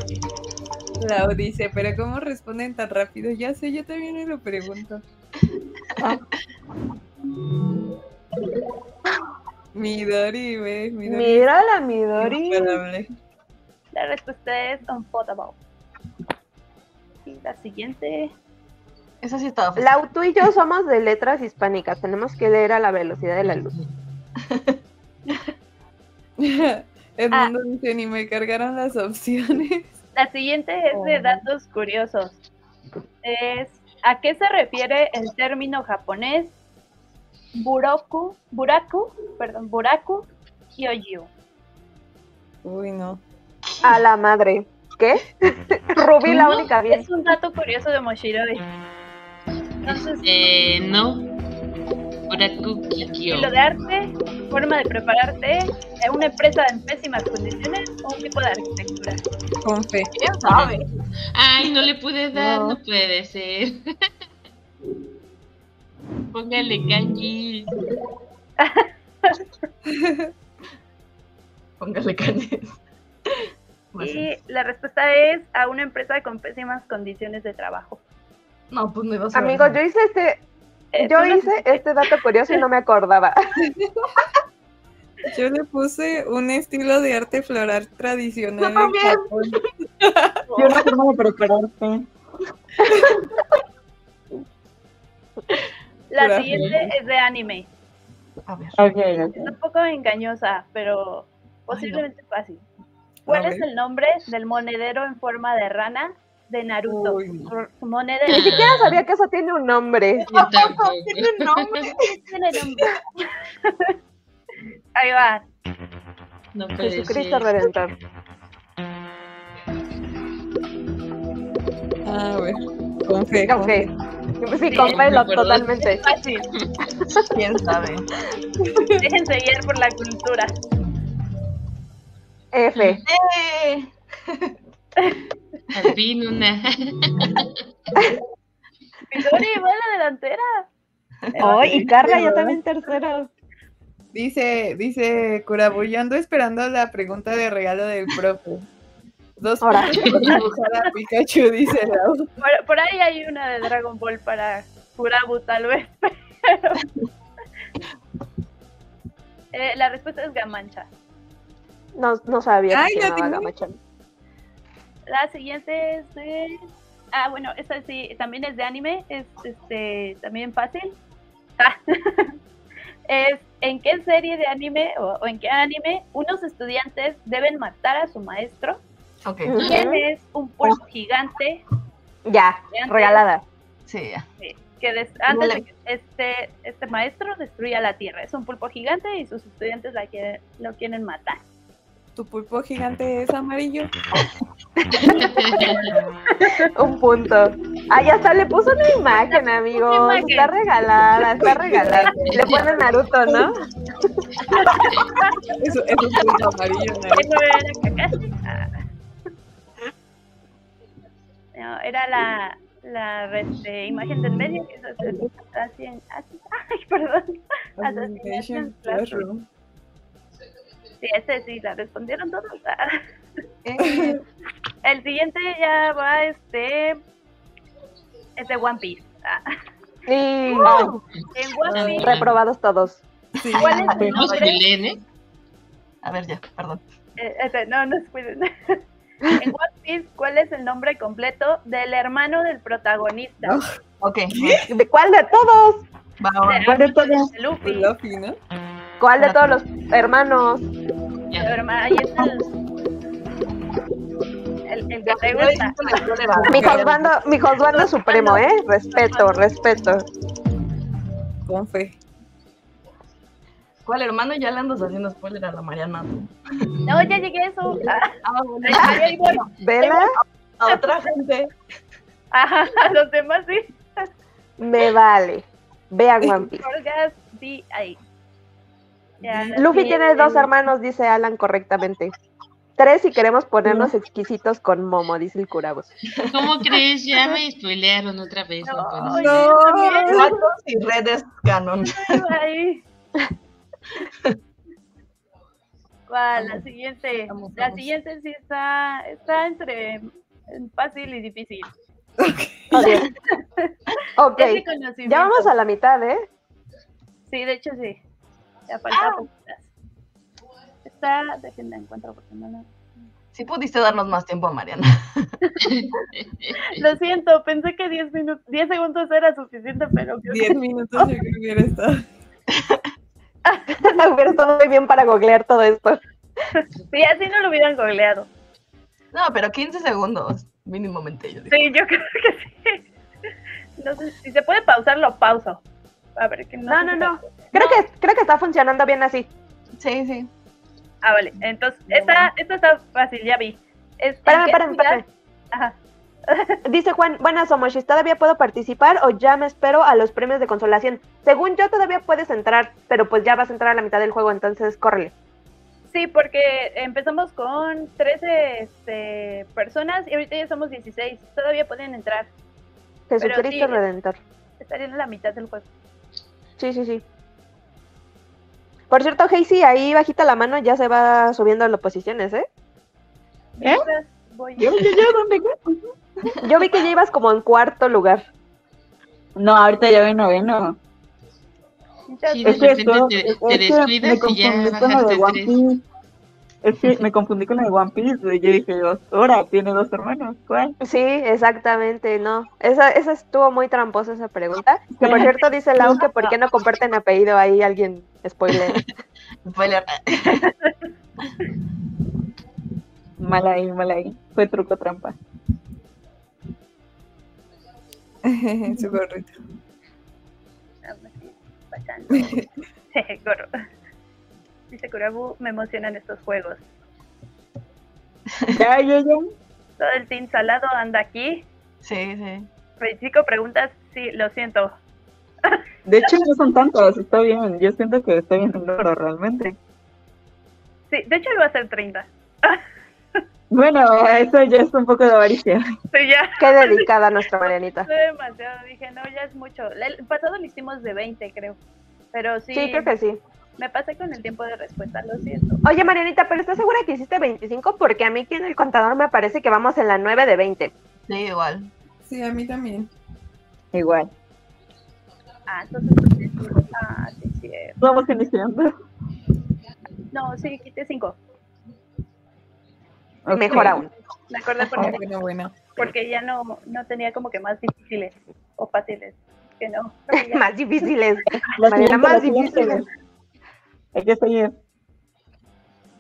S6: La Odisea, pero ¿cómo responden tan rápido? Ya sé, yo también me lo pregunto. Ah. Midori, ve, Midori.
S2: Mira la Midori.
S6: Incomparable.
S1: La respuesta es Unpotable. Y la siguiente.
S5: Esa sí estaba fácil.
S2: Lau, tú y yo somos de letras hispánicas. Tenemos que leer a la velocidad de la luz.
S6: *laughs* Edmundo
S5: Ah.
S6: dice, ni me cargaron las opciones. *laughs*
S1: La siguiente es de datos curiosos. Es, ¿A qué se refiere el término japonés buroku, buraku, perdón, buraku kyoyu?
S6: Uy, no.
S2: A la madre. ¿Qué? *laughs* Rubí, la
S1: No,
S2: única bien.
S1: Es un dato curioso de
S3: Mm,
S1: Moshiroi. Entonces,
S3: Eh, no. Buraku Kikyo.
S1: estilo de arte, forma de prepararte, eh, una empresa en pésimas condiciones o un tipo de arquitectura.
S6: Con fe.
S5: ¿Quién sabe?
S3: Ay, no le pude dar,
S6: No.
S3: no, puede ser. Póngale kanji.
S5: Póngale *laughs* canes.
S1: Y la respuesta es a una empresa con pésimas condiciones de trabajo.
S5: No, pues me vas a
S2: Amigos, yo hice este,
S1: Eh,
S2: yo
S1: son las-
S2: hice este dato curioso y no me acordaba. *laughs*
S6: Yo le puse un estilo de arte floral tradicional
S5: Yo
S6: en
S5: también.
S6: Japón.
S10: Y una forma de prepararte.
S1: La
S6: Pura
S1: siguiente es de anime.
S5: A ver.
S10: Ok,
S8: *laughs*
S10: ok.
S1: Está un poco engañosa, pero posiblemente fácil.
S6: Ah,
S1: ¿Cuál
S6: A
S1: es
S6: ver.
S1: el nombre del monedero en forma de rana de Naruto?
S6: Uy, no.
S1: R- Monedero.
S2: Ni
S3: *laughs*
S2: siquiera sabía que eso tiene un nombre.
S3: Yo Ah, tampoco.
S5: Tiene un nombre.
S1: Tiene nombre. *laughs* Ahí va.
S3: No puede
S2: Jesucristo
S3: ser.
S2: Redentor.
S6: A ver, Ah, con fe. con
S2: Ok.
S6: fe.
S2: Sí,
S1: Sí,
S2: comprelo
S3: me acuerdo.
S2: totalmente.
S1: Fácil.
S5: ¿Quién sabe?
S1: Déjense guiar por la cultura.
S2: F.
S5: ¡Eh!
S3: Al fin una.
S1: Midori va a la delantera.
S2: Oh, y Carla ya también tercero.
S6: Dice, dice Curabullando esperando la pregunta de regalo del profe. Dos
S2: Ahora.
S6: puntos por dibujar a Pikachu, dice Lau.
S1: Por, por ahí hay una de Dragon Ball para Kurabu, tal vez. *laughs*
S6: *laughs*
S1: pero- Eh, la respuesta es Gamancha.
S2: No, no sabía
S6: Ay,
S2: que se
S6: la
S2: llamaba
S6: tengo.
S2: Gamachan.
S1: La siguiente es de... Ah, bueno, esta sí, también es de anime, es este, también fácil. Ah. *laughs* es, ¿en qué serie de anime o, o en qué anime unos estudiantes deben matar a su maestro?
S3: *laughs*
S5: Ok,
S1: ¿Quién
S2: Ujú.
S1: es un pulpo gigante
S2: Ya,
S1: de antes
S2: regalada.
S5: sí, ya.
S1: que des- antes de que este, este maestro destruya la Tierra? Es un pulpo gigante y sus estudiantes la quieren- lo quieren matar.
S6: Tu pulpo gigante es amarillo.
S2: Un punto. Ah, ya está, le puso una imagen, amigos.
S1: imagen.
S2: Está regalada, está regalada. Le pone Naruto, ¿no?
S6: Es, es un pulpo amarillo, ¿no?
S1: Ay, no era Kakashi. Ah. No, era la, la este, imagen del medio, que es Assassin- Assassin- ay, perdón, Assassination Classroom. Sí, ese sí, la respondieron todos. Ah, El siguiente ya va este. Es de One Piece. Ah,
S2: Sí.
S1: En One Piece.
S2: Ah, Reprobados todos.
S1: ¿Cuál es el
S3: Vamos,
S1: nombre?
S3: Belén, ¿eh?
S5: *laughs* A ver, ya, perdón.
S1: Eh, este, no, no se cuiden. *laughs* En One Piece, ¿cuál es el nombre completo del hermano del protagonista?
S5: Ok,
S2: ¿De cuál de todos?
S5: va, va, va.
S1: ¿Cuál de todos? Luffy.
S10: Luffy, ¿no?
S2: ¿Cuál de todos los hermanos?
S1: El herma- Ahí está el. El, el que te gusta.
S2: Mi Josbando, mi Josbando supremo, ¿eh? Respeto, respeto.
S10: Con fe.
S5: ¿Cuál hermano? Ya le andas haciendo spoiler a la Mariana. tú.
S1: No, ya llegué a eso.
S2: *laughs*
S1: Ah,
S5: Ah, bueno.
S1: ahí- ahí voy.
S2: Vela,
S5: A otra gente.
S1: Ajá, *laughs* a los demás sí.
S2: me vale. Vean One Piece.
S1: Orgas, sí, ahí. Ya,
S2: Luffy
S1: sí,
S2: tiene
S1: el-
S2: dos hermanos, dice Alan correctamente. Tres si queremos ponernos exquisitos con Momo, dice el curabos.
S3: ¿Cómo crees? Ya me spoilearon otra vez.
S1: No,
S3: Japonés.
S1: yo también
S2: *laughs*
S5: Cuatros y redes canon.
S1: estuve ahí. ¿Cuál? La siguiente.
S5: Vamos,
S1: La
S5: vamos.
S1: siguiente sí está, está entre fácil y difícil.
S2: Ok. Ok.
S1: Es de conocimiento.
S2: Ya vamos a la mitad, ¿eh? *laughs*
S1: Sí, de hecho sí. Ya falta poquitas. Está, déjenme encuentro porque no la-
S5: Si pudiste darnos más tiempo a Mariana.
S1: Lo siento, pensé que 10 minutos, 10 segundos era suficiente, pero creo que
S6: Diez minutos yo creo que hubiera estado.
S2: Hubiera estado muy bien para googlear todo esto.
S1: sí, así no lo hubieran googleado.
S5: No, pero 15 segundos, mínimamente. Yo digo.
S1: Sí, yo *laughs* creo que sí. No sé, si se puede pausar, lo pauso. A ver, que no.
S2: No,
S1: sé
S2: no,
S1: si-
S2: no. Creo que, creo que está funcionando bien así.
S5: Sí, sí.
S1: Ah, vale. Entonces, esta, esta está fácil, ya vi. Es,
S2: Espérame,
S1: ¿en qué
S2: espérame,
S1: ciudad-
S2: espérame.
S1: Ajá.
S2: Dice Juan, buenas Omoshis, ¿todavía puedo participar o ya me espero a los premios de consolación? Según yo todavía puedes entrar, pero pues ya vas a entrar a la mitad del juego, entonces córrele.
S1: Sí, porque empezamos con 13 este, personas y ahorita ya somos 16. Todavía pueden entrar.
S2: Jesucristo
S1: sí.
S2: Redentor.
S1: Estarían en la mitad del juego.
S2: Sí, sí, sí. Por cierto, Hazy, ahí bajita la mano ya se va subiendo las posiciones, ¿eh?
S1: Mientras Voy.
S10: Yo, yo, yo, ¿dónde quedo?
S2: Yo vi que ya ibas como en cuarto lugar.
S10: No, ahorita ya voy noveno.
S1: Mientras
S3: Sí,
S1: voy-
S10: Es que esto,
S3: repente te-
S10: es
S3: te
S10: que
S3: descuidas
S10: me
S3: y ya
S10: confundí con lo de
S3: bajaste
S10: One
S3: tres.
S10: Piece. Es
S3: *laughs*
S10: que me confundí con lo de One Piece. güey. Yo dije, ahora tiene dos hermanos, ¿cuál?
S2: Sí, exactamente, no. Esa, esa estuvo muy tramposa esa pregunta. Que por cierto dice Lau que por qué no comparten apellido ahí alguien spoiler.
S5: Spoiler.
S10: Mal ahí, mal ahí. Fue truco
S3: *laughs*
S10: trampa.
S6: Su gorrito.
S1: Ah, Pasando. *laughs* Gorro. Dice Kurabu, me emocionan estos juegos.
S10: Ya, ya, ya.
S1: Todo el team salado anda aquí.
S5: Sí, sí.
S1: Francisco preguntas, sí, lo siento.
S10: De hecho, no son tantos. Está bien. Yo siento que estoy en un logro realmente.
S1: Sí, de hecho iba a ser 30.
S10: Bueno, eso ya es un poco de avaricia. *laughs*
S1: Sí, ya
S2: Qué dedicada nuestra Marianita.
S1: fue demasiado. Dije, no, ya es mucho. La- El pasado lo hicimos de 20, creo. Pero sí,
S2: Sí, creo que sí.
S1: me pasé con el tiempo de respuesta, lo siento.
S2: Oye, Marianita, pero ¿estás segura que hiciste 25? Porque a mí aquí en el contador me parece que vamos en la 9 de 20.
S5: Sí, igual.
S6: Sí, a mí también.
S10: Igual.
S1: Ah, entonces. Ah, sí, sí.
S10: Vamos iniciando.
S1: No, sí, quité 5.
S10: Ok.
S2: Mejor aún. *laughs*
S1: Me acordé
S6: *laughs* Ah,
S1: porque,
S6: bueno, bueno.
S1: porque ya no, no tenía como que más difíciles o fáciles. Que no. creo que ya.
S2: Más *laughs* difíciles.
S10: La
S2: Mariana,
S10: siguiente,
S2: más
S10: la siguiente.
S2: difícil.
S10: Hay que seguir.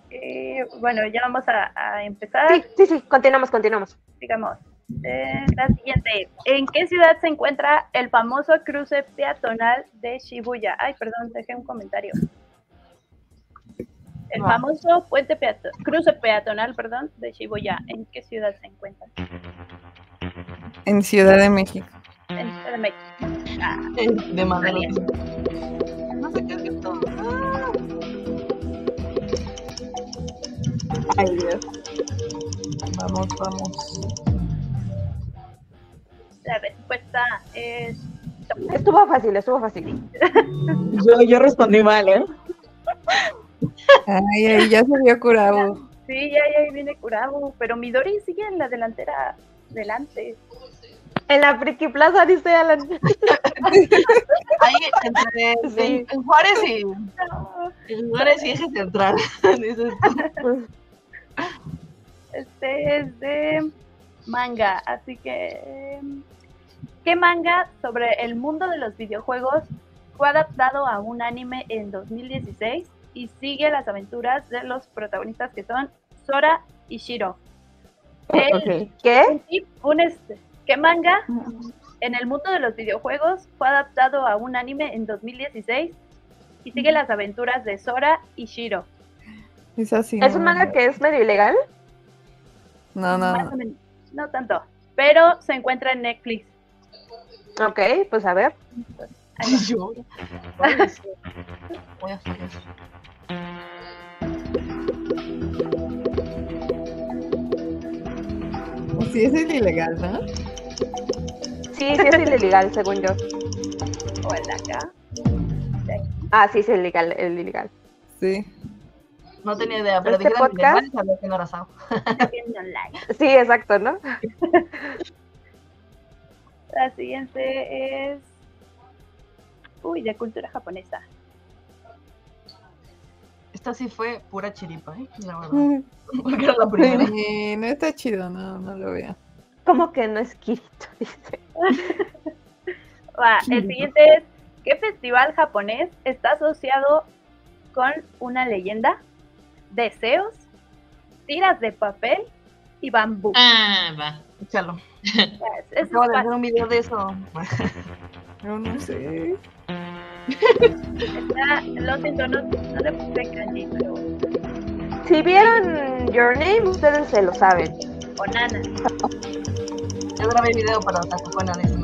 S1: Eh, bueno, ya vamos a, a empezar.
S2: Ah, Sí, sí, sí. Continuamos, continuamos.
S1: digamos. Eh, la siguiente. ¿En qué ciudad se encuentra el famoso cruce peatonal de Shibuya? Ay, perdón, dejé un comentario. El
S5: Ah.
S1: famoso puente peato- cruce peatonal, perdón, de Shibuya. ¿En qué ciudad se encuentra?
S6: En Ciudad de México.
S1: En Ciudad de México.
S5: De madera. No sé qué es esto. Ah,
S10: Ay, Dios.
S5: Vamos, vamos.
S1: A ver, está. Es...
S2: Estuvo fácil, estuvo fácil.
S10: Yo, yo respondí mal, ¿eh?
S4: Ay, ahí ya se
S6: *laughs*
S4: vio curado.
S1: Sí, ya, ya ahí viene Kurabo, pero Midori sigue en la delantera, delante.
S2: En la Friki Plaza, dice Alan.
S5: Ahí entre
S2: Sí.
S5: en Juárez y en Juárez y eje central. *laughs* Dices tú.
S1: Este es de manga, así que... em, ¿Qué manga sobre el mundo de los videojuegos fue adaptado a un anime en 2016 y sigue las aventuras de los protagonistas que son Sora y Shiro? El-
S2: Ok. ¿Qué?
S1: un tip, un este, ¿Qué manga en el mundo de los videojuegos fue adaptado a un anime en 2016 y sigue las aventuras de Sora y Shiro?
S4: Es así.
S2: ¿Es un manga que es medio ilegal?
S4: No, no,
S1: Más
S4: no.
S1: o menos, no tanto, pero se encuentra en Netflix.
S2: Ok, pues a ver.
S5: Ay, "Pues yo. Juárez. Voy a hacer eso.
S4: Sí, ese es ilegal, ¿no?
S2: Sí, sí es ilegal, según yo.
S1: O el de acá.
S2: Ah, sí, es ilegal, el ilegal.
S4: Sí.
S5: No tenía idea, pero
S2: Este
S5: dije de
S2: podcast-
S5: Juárez sabía que no era Sao.
S1: También online.
S2: Sí, exacto, ¿no?
S1: La siguiente es. Uy, de cultura japonesa.
S5: Esta sí fue pura chiripa, ¿eh? La verdad. *laughs* Porque era la primera.
S6: Eh,
S4: Sí, no está chido, no, no lo veo.
S2: ¿Cómo que no es Kirito? Dice.
S1: Va, el siguiente es: ¿Qué festival japonés está asociado con una leyenda? Deseos, tiras de papel y bambú.
S3: Ah, va.
S5: Échalo.
S1: Es- es
S5: Acabo de
S1: fácil.
S5: hacer un video de eso.
S4: Yo no sé.
S1: Ah, Lo siento, no, no le puse kanji, pero.
S2: Si vieron Your Name, ustedes se lo saben.
S1: O nana.
S5: Yo grabé video para Otakucona de eso.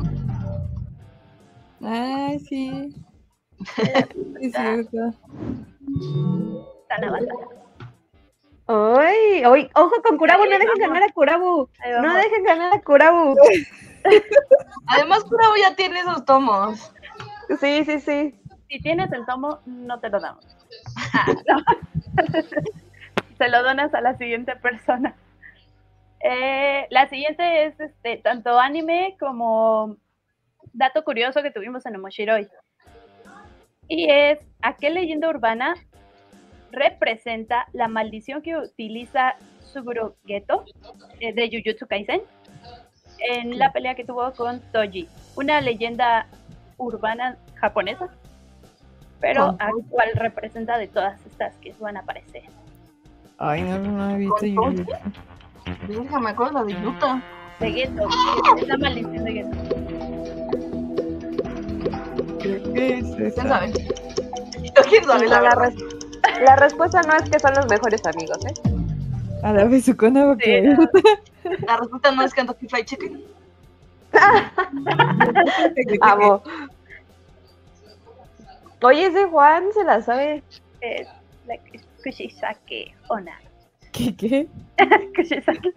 S4: Ay, sí. Es cierto.
S1: Tanabata.
S2: ¡Ay! ay, ¡Ojo con Kurabu! ¡No dejen ganar a Kurabu!
S1: Ahí
S2: ¡No
S1: vamos.
S2: dejen ganar a Kurabu!
S5: Además, Kurabo ya tiene esos tomos.
S2: Sí, sí, sí.
S1: Si tienes el tomo, no te lo damos. *laughs* Se lo donas a la siguiente persona. Eh, la siguiente es este, tanto anime como dato curioso que tuvimos en Omoshiroi. Y es, ¿a qué leyenda urbana representa la maldición que utiliza Suguro Geto eh, de Jujutsu Kaisen en la pelea que tuvo con Toji? Una leyenda urbana japonesa, pero ¿a cuál representa de todas estas que van a aparecer?
S4: Ay, no, no he visto yo.
S5: Verga, me acuerdo de Yuta.
S1: de
S4: *laughs*
S1: Geto. Es la maldición de Geto.
S4: Creo que es
S5: ¿Quién
S4: esa.
S5: sabe? *laughs* Yo quién sabe, la
S2: La,
S5: verdad.
S2: res- la respuesta no es que son los mejores amigos, ¿eh?
S4: A la besucona, ok.
S1: Sí,
S4: *laughs*
S1: no,
S5: La respuesta no es Kentucky Fried Chicken.
S2: Amo. *laughs* Oye, ese Juan se la sabe.
S1: es la Kushisake Ona.
S4: ¿Qué, qué?
S1: *laughs* Kushisake.
S4: ¿Qué?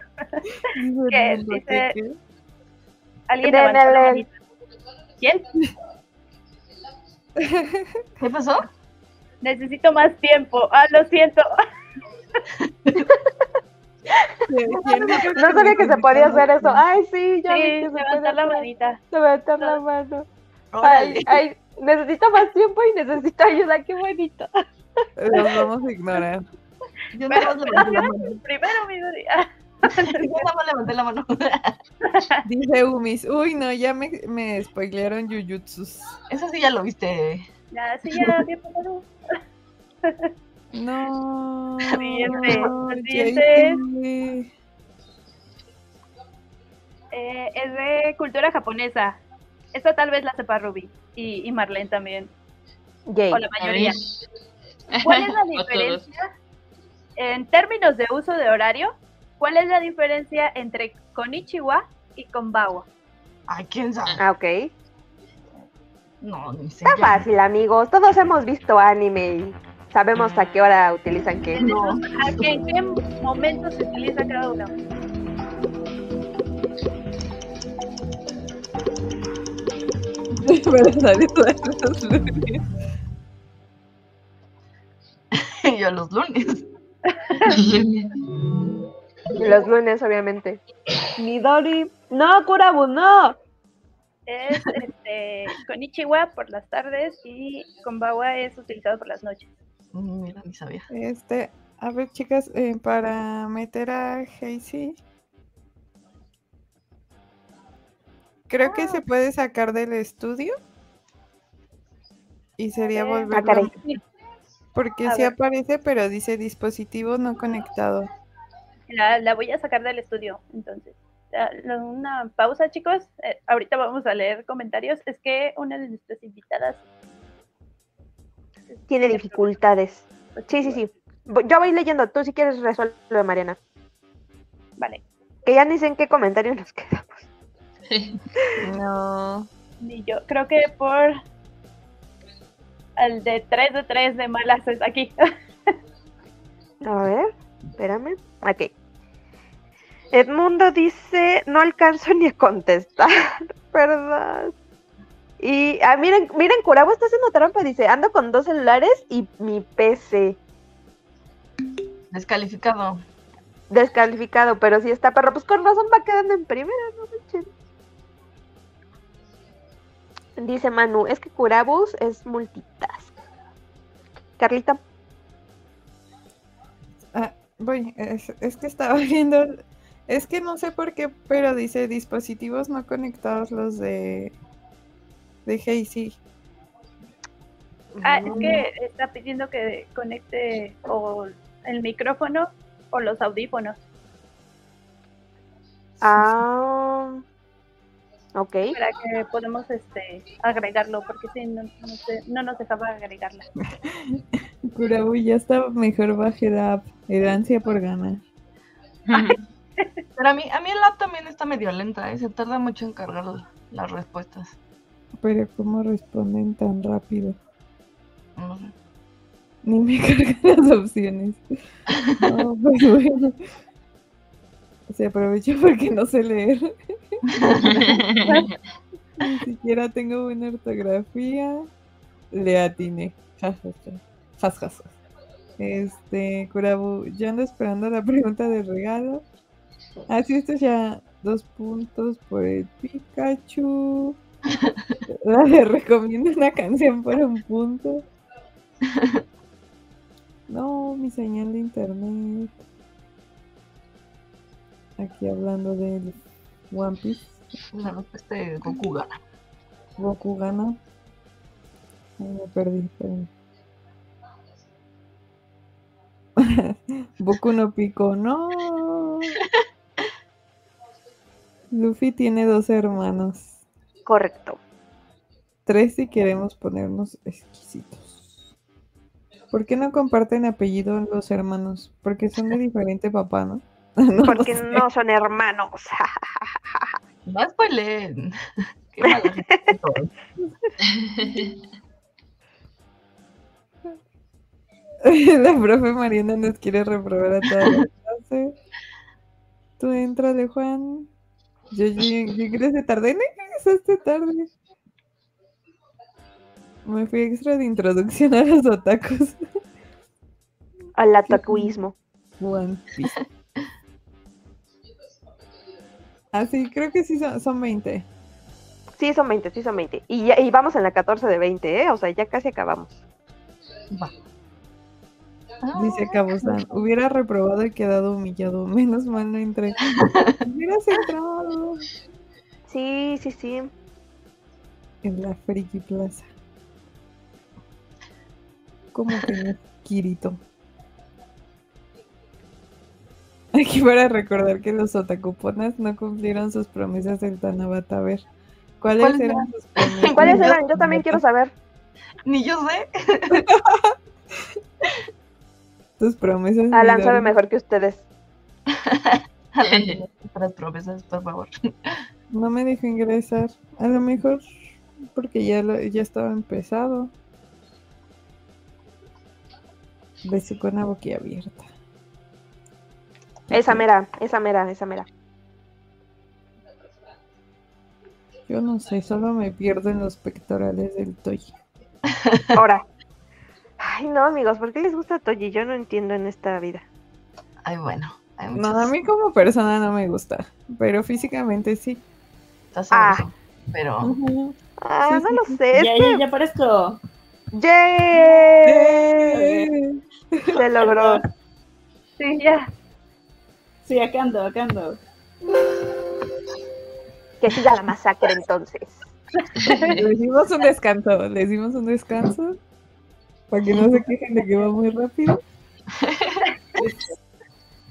S6: pues,
S1: Dice- ¿Alguien
S2: Ven,
S1: levantó la
S2: Ellen.
S1: manita? ¿Quién?
S5: ¿Qué pasó?
S1: Necesito más tiempo. Ah, lo siento.
S2: *laughs* No sabía que se podía hacer eso. Ay, sí, ya vi
S1: Sí,
S2: que se
S1: levantar la manita.
S2: puede levantar la mano.
S5: Órale.
S2: Ay, ay, necesito más tiempo y necesito ayuda. Qué bonito.
S4: Los vamos a ignorar.
S5: Yo nada más levanté la mano. *laughs*
S1: Primero Midori. *laughs* Ah,
S5: Yo nada más levanté la mano. *laughs*
S4: Dice Umis. Uy, no, ya me, me spoilearon Jujutsus.
S5: Eso sí ya lo viste.
S1: ya, sí, ya, tiempo pasado.
S4: No.
S1: Siguiente,
S4: Jason.
S1: siguiente. Eh, es de cultura japonesa. Esta tal vez la sepa Ruby y, y Marlene también.
S2: Yay.
S1: O la
S3: A
S1: mayoría.
S3: ver.
S1: ¿Cuál
S3: *laughs*
S1: es la
S3: O todos.
S1: diferencia en términos de uso de horario? ¿Cuál es la diferencia entre Konichiwa y Konbawa?
S5: Ay, quién sabe.
S2: Ah, ok.
S5: No, ni sé.
S2: Está
S5: ya.
S2: fácil, amigos. Todos hemos visto anime y sabemos a qué hora utilizan qué.
S5: No.
S1: ¿A qué, en qué momento se utiliza cada uno?
S5: Y *laughs* yo los lunes.
S3: *laughs*
S2: Los lunes, obviamente. Midori. No, Kurabu, no.
S1: Es este, Konichiwa por las tardes y Konbawa es utilizado por las noches.
S5: Mm, Mira, ni sabía.
S6: Este, a ver, chicas, eh, para meter a Hazy. Creo que se puede sacar del estudio. Y sería
S1: ver.
S6: volver.
S2: caray.
S6: Porque
S1: Ah, A
S6: sí
S1: ver.
S6: aparece, pero dice dispositivo no conectado.
S1: La, la voy a sacar del estudio, entonces. Ya, lo- Una pausa, chicos. Eh, ahorita vamos a leer comentarios. Es que una de nuestras invitadas.
S2: Tiene dificultades.
S1: pues,
S2: Sí, sí, sí. Vo- Yo voy leyendo. Tú si quieres resuelve, Mariana.
S1: Vale.
S2: Que ya ni sé en qué comentario nos *laughs* queda.
S4: No.
S1: Y yo creo que por el de 3 de 3 de malas es aquí. *laughs*
S2: A ver, espérame. Ok. Edmundo dice, no alcanzo ni a contestar, *laughs* ¿verdad? Y, ah, miren, miren, Curabo está haciendo trampa, dice, ando con dos celulares y mi PC
S5: Descalificado.
S2: descalificado, pero si está perro, pues con razón va quedando en primera, no manchen. Dice Manu, es que Curabus es multitask. Carlita,
S6: Ah, voy, es, es que estaba *laughs* viendo. Es que no sé por qué, pero dice dispositivos no conectados los de. de Hazy.
S1: Ah, es que está pidiendo que conecte o el micrófono o los audífonos.
S2: ah, ok.
S1: para que podamos este, agregarlo, porque si no, no, sé- no nos dejaba agregarla.
S6: Kurabu ya está mejor baje la app. El ansia por ganar.
S5: Pero a mí, a mí el app también está medio lenta, ¿eh? se tarda mucho en cargar l- las respuestas.
S6: Pero ¿cómo responden tan rápido?
S5: No sé.
S6: Ni me *laughs* cargan las opciones. No, pues bueno. Se aprovechó porque no sé leer. Ni siquiera tengo buena ortografía. Le atiné. Ja, ja, ja. Jas, jas, jas. Este, Kurabu, yo ando esperando la *laughs* pregunta del regalo. Así esto ya dos puntos por el Pikachu. La de recomiendo una canción por un punto. No, mi señal de internet. Aquí hablando del One Piece.
S5: La respuesta de este Goku gana.
S6: Goku gana. Ay, me perdí, perdí. *laughs* Boku no Pico, no. Luffy tiene dos hermanos.
S2: Correcto.
S6: Tres si queremos ponernos exquisitos. ¿Por qué no comparten apellido los hermanos? Porque son de diferente papá, ¿no? No lo
S2: Porque
S6: sé.
S2: *laughs* no son hermanos. *laughs*
S5: No spoilen. *laughs* Qué mala gente que soy.
S6: *laughs* La profe Mariana nos quiere reprobar a toda la clase. Tú entrale, Juan. Yo llegué de tarde. ¿No regresaste tarde? Me fui extra de introducción a los otakus.
S2: Al atacuismo.
S6: Juan. Así, creo que Ah, sí son, son 20.
S2: Sí, son 20, sí son 20. Y, ya, y vamos en la 14 de 20, ¿eh? O sea, ya casi acabamos.
S5: Ah,
S6: Dice Cabuzán. Hubiera reprobado y quedado humillado. Menos mal no entré. Hubieras entrado
S2: Sí, sí, sí.
S6: en la Friki Plaza. Como que no, Kirito. Aquí para recordar que los otakuponas no cumplieron sus promesas del Tanabata. A ver, ¿cuáles,
S5: ¿Cuáles
S6: eran
S2: *laughs*
S6: sus promesas?
S2: ¿Cuáles eran? Yo también quiero saber.
S5: Ni yo sé.
S6: Tus promesas.
S2: Alan
S6: Midori.
S2: sabe mejor que ustedes.
S5: Las promesas, por favor.
S6: No me dejó ingresar. A lo mejor porque ya, lo- ya estaba empezado. Besé con la boquilla abierta.
S2: Esa mera, esa mera, esa mera.
S6: Yo no sé, solo me pierdo en los pectorales del Toy.
S2: Ahora. Ay, no, amigos, ¿por qué les gusta Toji? Yo no entiendo en esta vida.
S5: Ay, bueno. Hay
S6: No,
S5: muchos.
S6: a mí como persona no me gusta, pero físicamente sí.
S5: Está
S2: Ah.
S5: sabroso, Pero.
S6: Ujú.
S2: Ah,
S6: Sí,
S2: no
S6: sí,
S2: lo
S6: sí.
S2: sé.
S8: Ya,
S2: es que-
S10: Este
S8: ya, ya parezco.
S2: ¡Yay!
S6: ¡Eh!
S2: Se logró.
S1: Sí, ya.
S8: Sí, acá ando, acá ando.
S2: Que siga la masacre entonces.
S6: Les dimos un descanso, les dimos un descanso para que no se quejen de que va muy rápido.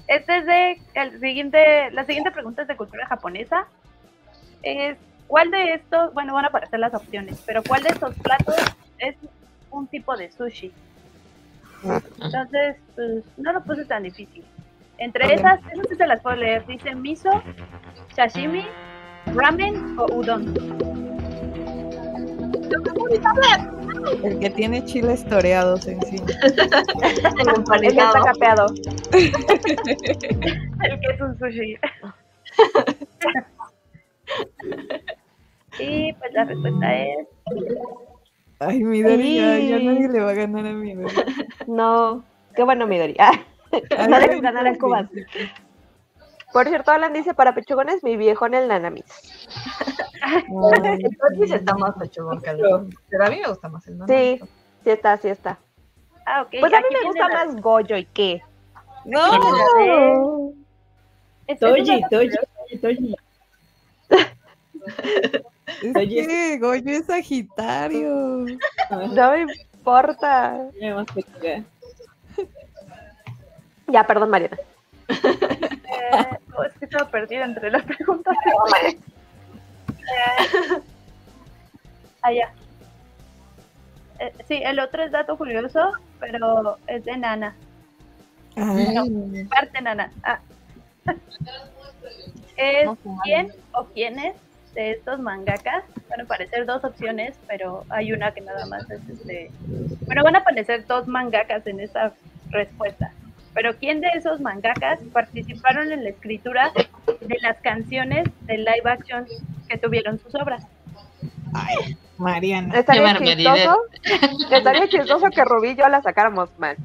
S1: Este es de el siguiente, la siguiente pregunta es de cultura japonesa. Es, ¿Cuál de estos, bueno, van a aparecer las opciones, pero cuál de estos platos es un tipo de sushi? Entonces, pues, no lo puse tan difícil. Entre esas, esas sí se las puedo leer. Dice miso, sashimi, ramen o udon.
S6: El que tiene chiles toreados encima.
S5: El
S2: El que está
S5: empanizado.
S1: *laughs*
S2: capeado.
S1: El que es un sushi. y pues la respuesta es
S6: Ay, mi Dori, ya, ya
S2: Sí.
S6: nadie le va a ganar a mi Dori.
S2: No. Qué bueno, Midori. Ah, no dejes ganar a Cubas. Por cierto, Alan dice, para pechugones, mi viejo en el nanamis.
S6: Ay,
S5: El Totis está más pechugón que el Pero a mí me gusta más el nombre.
S2: Sí, sí está, sí está.
S1: Ah, ok.
S2: Pues a mí
S1: aquí
S2: me
S1: viene
S2: gusta
S1: la-
S2: más Goyo y qué.
S1: No. Es- es
S8: Toji,
S1: una-
S8: Toji, Toji, Toji.
S6: Es
S8: Oye,
S6: que Goyo es Sagitario.
S2: No me importa.
S8: Ya más pechuga.
S2: Ya, perdón, Mariana.
S1: eh, oh, es que estaba perdida entre las preguntas. *laughs* Eh, allá. Ah, Eh, sí, el otro es dato curioso, pero es de Nana.
S6: Ay,
S1: Parte Nana. Ah. *laughs* Es
S5: No fumar.
S1: quién o quiénes de estos mangakas. Van a aparecer dos opciones, pero hay una que nada más es este. Bueno, van a aparecer dos mangakas en esta respuesta. Pero ¿quién de esos mangakas participaron en la escritura de las canciones de live action que tuvieron sus obras?
S6: Mariana.
S2: Estaría
S3: Qué
S2: chistoso. Estaría chistoso que Rubí y yo la sacáramos mal.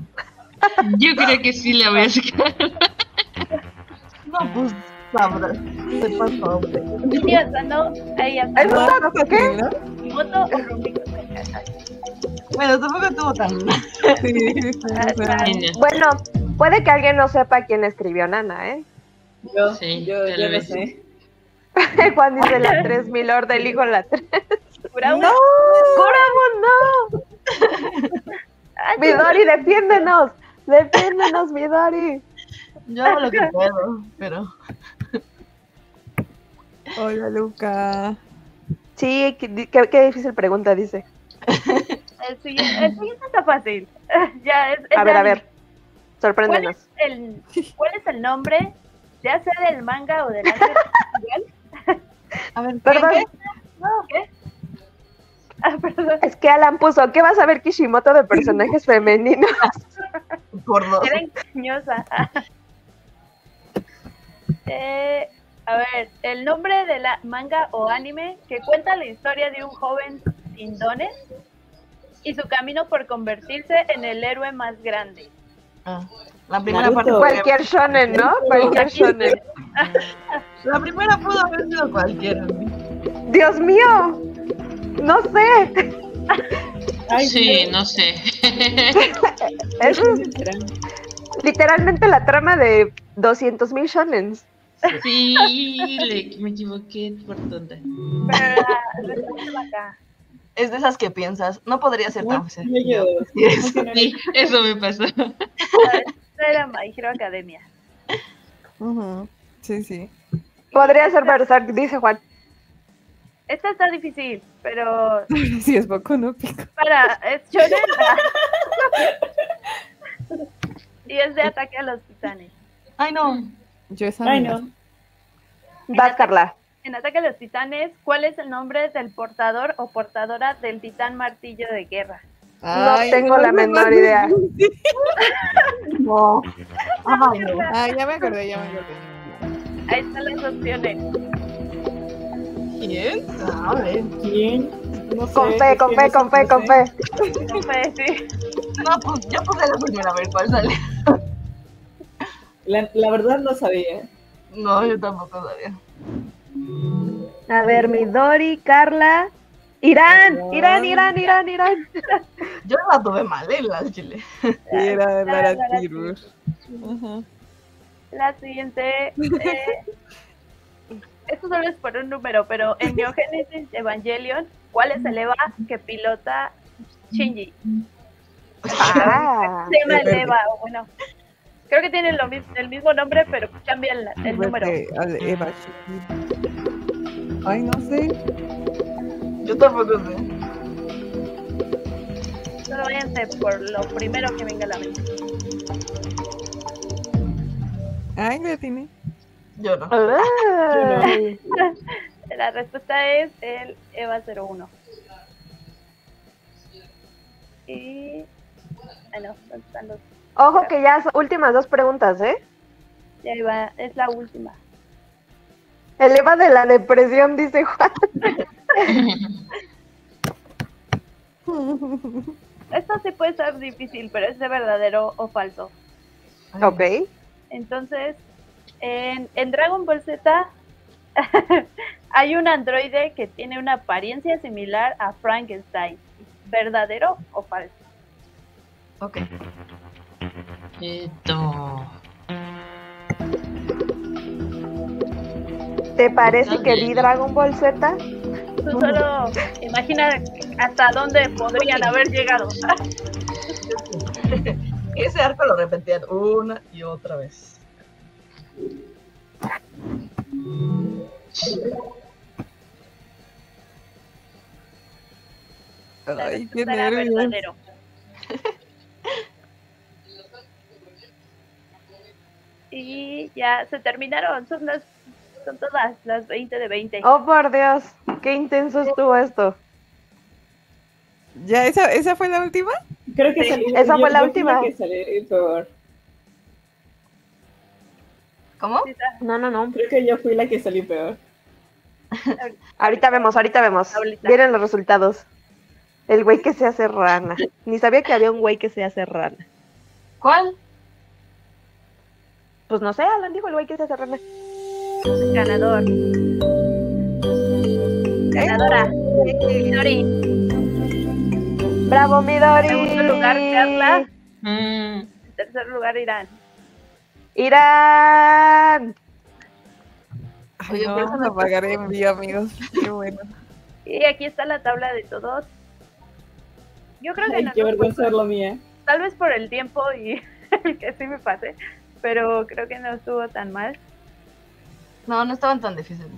S3: Yo creo que sí la voy a sacar.
S5: No, pues sabroso. Se pasó, hombre.
S1: Y hasta no, ahí hasta
S2: ¿Es verdad? ¿No sé qué?
S6: ¿No?
S1: Moto o Rubí.
S5: Bueno, tampoco estuvo tan.
S6: Sí, sí, sí,
S1: Ah,
S6: o sea,
S3: Ay, no.
S2: Bueno, puede que alguien no sepa quién escribió Nana, ¿eh? *laughs*
S8: Yo,
S3: Sí,
S8: yo,
S3: tal
S8: yo lo
S3: vez.
S8: sé.
S2: Juan dice la 3, mi lord, elijo la 3.
S1: Kurama.
S2: ¡No! ¡Coramo, no!
S1: Ah,
S2: ¡Midori, defiéndenos! ¡Defiéndenos, Midori!
S5: Yo hago lo que puedo, pero.
S6: Hola, Luca.
S2: Sí, qué, qué- qué difícil pregunta, dice.
S1: El siguiente, el siguiente está fácil. ya, es, es
S2: A ver, a
S1: anime.
S2: ver. Sorpréndenos.
S1: el, ¿cuál es el nombre, ya sea del manga o del anime?
S5: A ver, ¿qué?
S2: Perdón,
S5: qué?
S1: No, ¿qué? Ah, perdón.
S2: es que Alan puso, ¿qué vas a ver Kishimoto de personajes
S5: *laughs*
S2: femeninos?
S5: Por dos.
S1: Era engañosa. Eh, a ver, el nombre de la manga o anime que cuenta la historia de un joven sin dones y su camino por convertirse en el héroe más grande.
S5: Ah, la primera
S8: Naruto.
S5: parte.
S2: Cualquier shonen, ¿no? Cualquier shonen.
S5: La primera pudo haber sido cualquiera.
S2: ¡Dios mío! No sé.
S8: Ay,
S3: Sí, no sé.
S2: Eso es literalmente la trama de 200.000 shonens.
S3: Sí, le- me equivoqué por tonta.
S1: Pero la respuesta es acá.
S5: Es de esas que piensas, no podría ser tan sencillo.
S3: Sí, eso me pasó.
S1: La respuesta era My Hero Academia.
S6: Ujú, Sí, sí.
S2: Podría ser Berserk, dice Juan.
S1: Esta está difícil, pero
S6: Sí, es poco, no pico.
S1: para es
S2: *laughs*
S1: shonen. y es de ataque a los titanes.
S5: Ay, no.
S6: Yo esa
S8: Ay,
S6: me la-
S8: no.
S2: Vas, Carla.
S1: En Ataque a los Titanes, ¿cuál es el nombre del portador o portadora del titán martillo de guerra?
S2: No
S6: Ay,
S2: tengo la
S6: no, no,
S2: menor
S6: no.
S2: idea.
S5: No. Ay, no.
S6: Ah, ya me acordé, ya me acordé.
S1: Ahí están las opciones.
S8: ¿Quién? sabe? ¿Quién? No sé,
S2: Con fe,
S8: es
S2: con
S8: que
S2: fe,
S8: no
S2: con
S8: sé,
S2: fe, con
S8: no
S2: fe.
S8: sé.
S1: Con fe, sí.
S5: No, pues yo puse la primera, a ver cuál sale.
S8: La, la verdad no sabía.
S5: No, yo tampoco sabía.
S2: A ver, Midori, Carla. Irán, Irán, Irán, *laughs* Irán, Irán.
S5: Yo la tuve mal en las chile.
S6: Era
S1: Lara
S6: Lara
S1: Tirur.
S6: Tirur. Ujú.
S1: La siguiente. eh, esto solo es por un número, pero en Neogénesis Evangelion, ¿cuál es el Eva que pilota Shinji?
S2: Ah,
S1: Se llama el
S6: el verde.
S1: Eva, o bueno. Creo que tienen lo mis- el mismo nombre, pero cambian la- el número.
S6: Vete al
S5: Ah,
S6: Eva. Ay, no sé.
S5: Yo tampoco sé.
S1: Solo váyanse por lo primero que venga a la mente.
S6: Ay, la tiene.
S5: Yo no.
S2: Ay.
S1: La respuesta es el Eva 01. Y. Ah, no, ¿dónde están los?
S2: Ojo que ya son últimas dos preguntas, ¿eh?
S1: Ya iba, es la última.
S2: El Eva de la depresión, dice Juan.
S1: Esto sí puede ser difícil, pero es de verdadero o falso.
S2: Ok.
S1: Entonces, en, en Dragon Ball Z *laughs* hay un androide que tiene una apariencia similar a Frankenstein. ¿Verdadero o falso?
S5: Ok.
S3: Esto.
S2: ¿Te parece que vi Dragon Ball Z?
S1: Tú solo imagina hasta dónde podrían haber llegado.
S5: Ese arco lo repetían Uh, una y otra vez.
S6: Ay, qué
S1: Será
S6: nervios.
S1: verdadero. Y ya se terminaron. Son, las, son todas las 20 de 20.
S2: Oh, por Dios, qué intenso estuvo esto.
S6: ¿Ya esa, esa fue la última?
S8: Creo que salió.
S2: esa fue la
S8: creo
S2: última.
S8: Que salió el peor.
S5: ¿Cómo?
S2: No, no, no.
S8: Creo que yo fui la que salió peor.
S2: Ahorita vemos, ahorita vemos.
S1: Ahorita.
S2: Vienen los resultados. El güey que se hace rana. Ni sabía que había un güey que se hace rana.
S5: ¿Cuál?
S2: Pues no sé, Alan dijo el güey que se hace rana.
S1: Ganador. Ganadora. Midori.
S2: ¡Bravo, Midori!
S1: Segundo lugar, Carla.
S3: Mm,
S1: Tercer lugar, Irán.
S2: ¡Irán!
S6: Ay,
S5: Oye,
S6: no,
S5: pero
S6: vamos a pagar envío, amigos. Qué bueno. *laughs*
S1: Y aquí está la tabla de todos. Yo creo que
S8: Ay,
S1: no,
S8: qué vergüenza es lo mía.
S1: tal vez por el tiempo y *laughs* el que sí me pasé, pero creo que no estuvo tan mal.
S5: No, no estaban tan difíciles.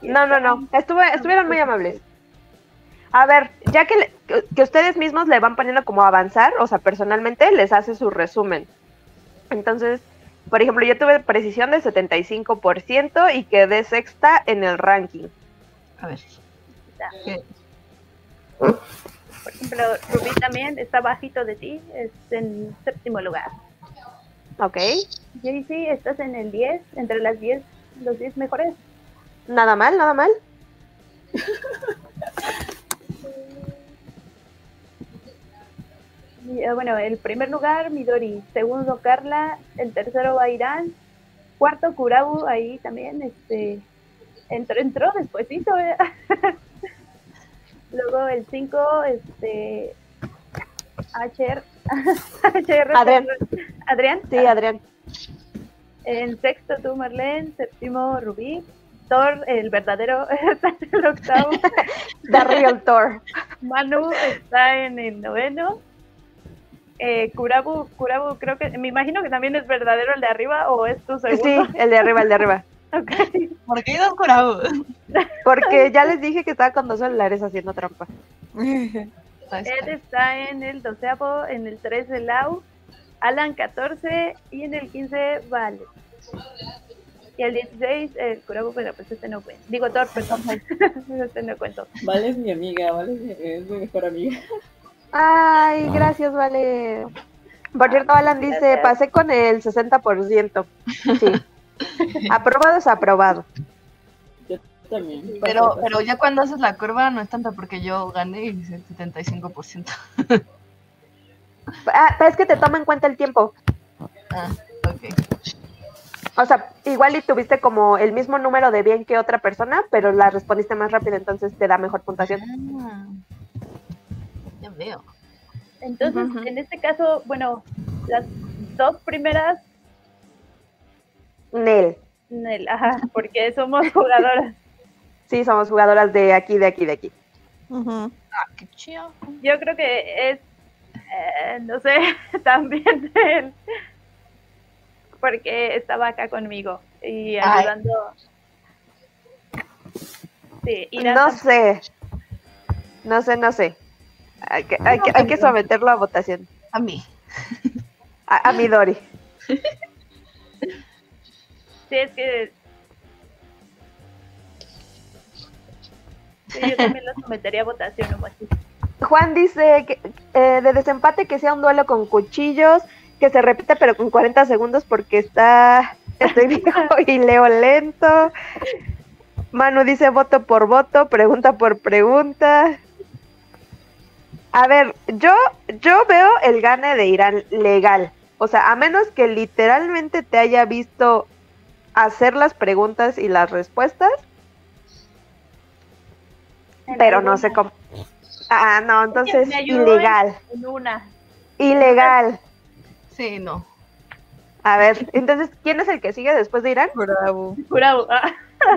S2: No, no, no. Estuvo, estuvieron muy amables. A ver, ya que, le- que- que ustedes mismos le van poniendo como avanzar, o sea, personalmente les hace su resumen. Entonces, por ejemplo, yo tuve precisión del 75% y quedé sexta en el ranking.
S5: A ver. ¿Qué?
S1: Por ejemplo, Rubí también está bajito de ti, es en séptimo lugar.
S2: ¿Ok?
S1: Jaycee, estás en el 10, entre las 10, los 10 mejores.
S2: Nada mal, nada mal.
S1: Y, eh, bueno, el primer lugar, Midori. Segundo, Carla. El tercero va Irán. Cuarto, Kurabu, ahí también. este Entró, entró despuesito. eh. *laughs* Luego el 5, este... *laughs* HR. HR
S2: Adrián.
S1: Adrián.
S2: Sí, Adrián.
S1: En sexto tú, Marlene. Séptimo, Rubí. Thor, el verdadero, *laughs* está en el octavo.
S2: The Real Tour.
S1: Manu está en el noveno. Eh, Kurabu, Kurabu, creo que, me imagino que también es verdadero el de arriba o es tu
S2: *laughs* Sí,
S1: segundo.
S2: el de arriba, el de *laughs* arriba.
S1: Ok.
S5: ¿Por qué hay dos Kurabo?
S2: Porque ya les dije que estaba con dos celulares haciendo trampa.
S5: Ahí
S1: Ed
S5: está.
S1: está en el doceavo, en el 13 Lau, Alan 14 y en el 15 Vale. Y el 16 el Kurabu, pero pues este no cuento. Digo Thor, perdón. *laughs* este no cuento.
S8: Vale es mi amiga, Vale es mi, es mi mejor amiga. *laughs*
S2: Ay, gracias, Vale. Por cierto, Alan dice,
S1: Gracias.
S2: pasé con el
S5: *laughs*
S2: 60%. Sí. aprobado es aprobado.
S8: Yo También.
S5: Pero, pero ya cuando haces la curva no es tanto porque yo gané el 75%.
S2: Ah, pero es que te toma en cuenta el tiempo.
S5: Ah, ok.
S2: O sea, igual y tuviste como el mismo número de bien que otra persona, pero la respondiste más rápido, entonces te da mejor puntuación.
S5: Ah, Ya veo.
S1: Entonces, en este caso, bueno, las dos primeras,
S2: Nel.
S1: Nel, *laughs* ajá, porque somos jugadoras.
S2: Sí, somos jugadoras de aquí, de aquí, de aquí.
S5: Ah, qué chido.
S1: Yo creo que es, eh, no sé, *laughs* también él, porque estaba acá conmigo y
S2: Ay.
S1: ayudando. Sí, Ira
S2: No sé. No sé, no sé. Hay que, hay que, hay que someterlo a votación.
S5: A mí.
S2: A, a mi Dori.
S1: Sí, es que. Sí, yo también lo sometería a votación, o así.
S2: Juan dice que, eh, de desempate que sea un duelo con cuchillos, que se repita pero con 40 segundos porque está
S1: *laughs*
S2: estoy viejo y leo lento. Manu dice voto por voto, pregunta por pregunta. A ver, yo yo veo el gane de Irán legal. O sea, a menos que literalmente te haya visto hacer las preguntas y las respuestas, pero no sé cómo. Ah, no, entonces
S1: Me ayudó ¿eh? en-
S2: ilegal.
S1: En una. *laughs*
S2: Ilegal.
S5: Sí, no.
S2: A ver, entonces, ¿quién es el que sigue después de Irán?
S6: Bravo.
S1: Curabo. ah,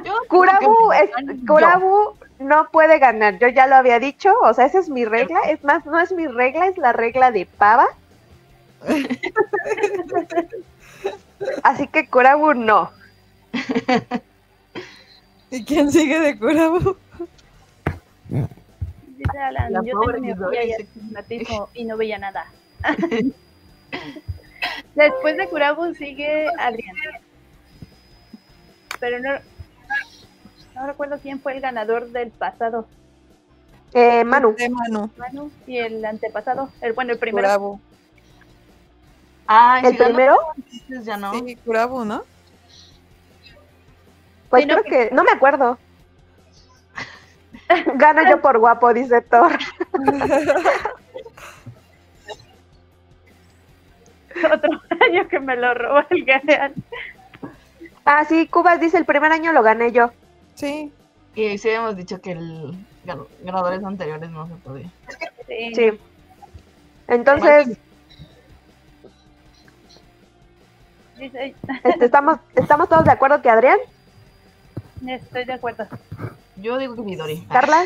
S5: Yo
S2: Kurabu,
S5: creo
S2: es-
S5: que me ganan
S2: Kurabu no puede ganar, yo ya lo había dicho, o sea, esa es mi regla, es más, no es mi regla, es la regla de
S5: *laughs*
S2: Pava. Así que Kurabu no.
S6: ¿Y quién sigue de Curabo?
S1: dice Alan,
S5: La
S1: yo
S5: pobre
S1: tengo miopía
S5: Midori
S1: y
S5: se- *laughs*
S1: astigmatismo y no veía nada. *laughs* Después de Curabo sigue Adrián. Pero no, no recuerdo quién fue el ganador del pasado,
S2: Eh, Manu,
S6: De Manu.
S1: Manu, y el antepasado, el bueno, el primero.
S6: Curabo.
S5: yo. Ay,
S2: ¿el
S5: Ah, si gano,
S2: primero?
S5: entonces ya no.
S6: Sí, Curabo, ¿no?
S2: Pues
S1: Sí, no,
S2: creo que, no me
S5: *laughs*
S2: acuerdo. Gano yo por guapo, dice Thor.
S1: *laughs* Otro año que me lo robó el Galeán.
S2: Ah, sí, Cubas dice, el primer año lo gané yo.
S6: Sí.
S5: Y sí habíamos dicho que el gan- ganadores anteriores no se podía.
S1: Sí.
S2: Sí. Entonces,
S1: Dice,
S2: este, estamos, estamos todos de acuerdo que Adrián,
S1: estoy de acuerdo.
S5: Yo digo que Midori.
S2: Carla,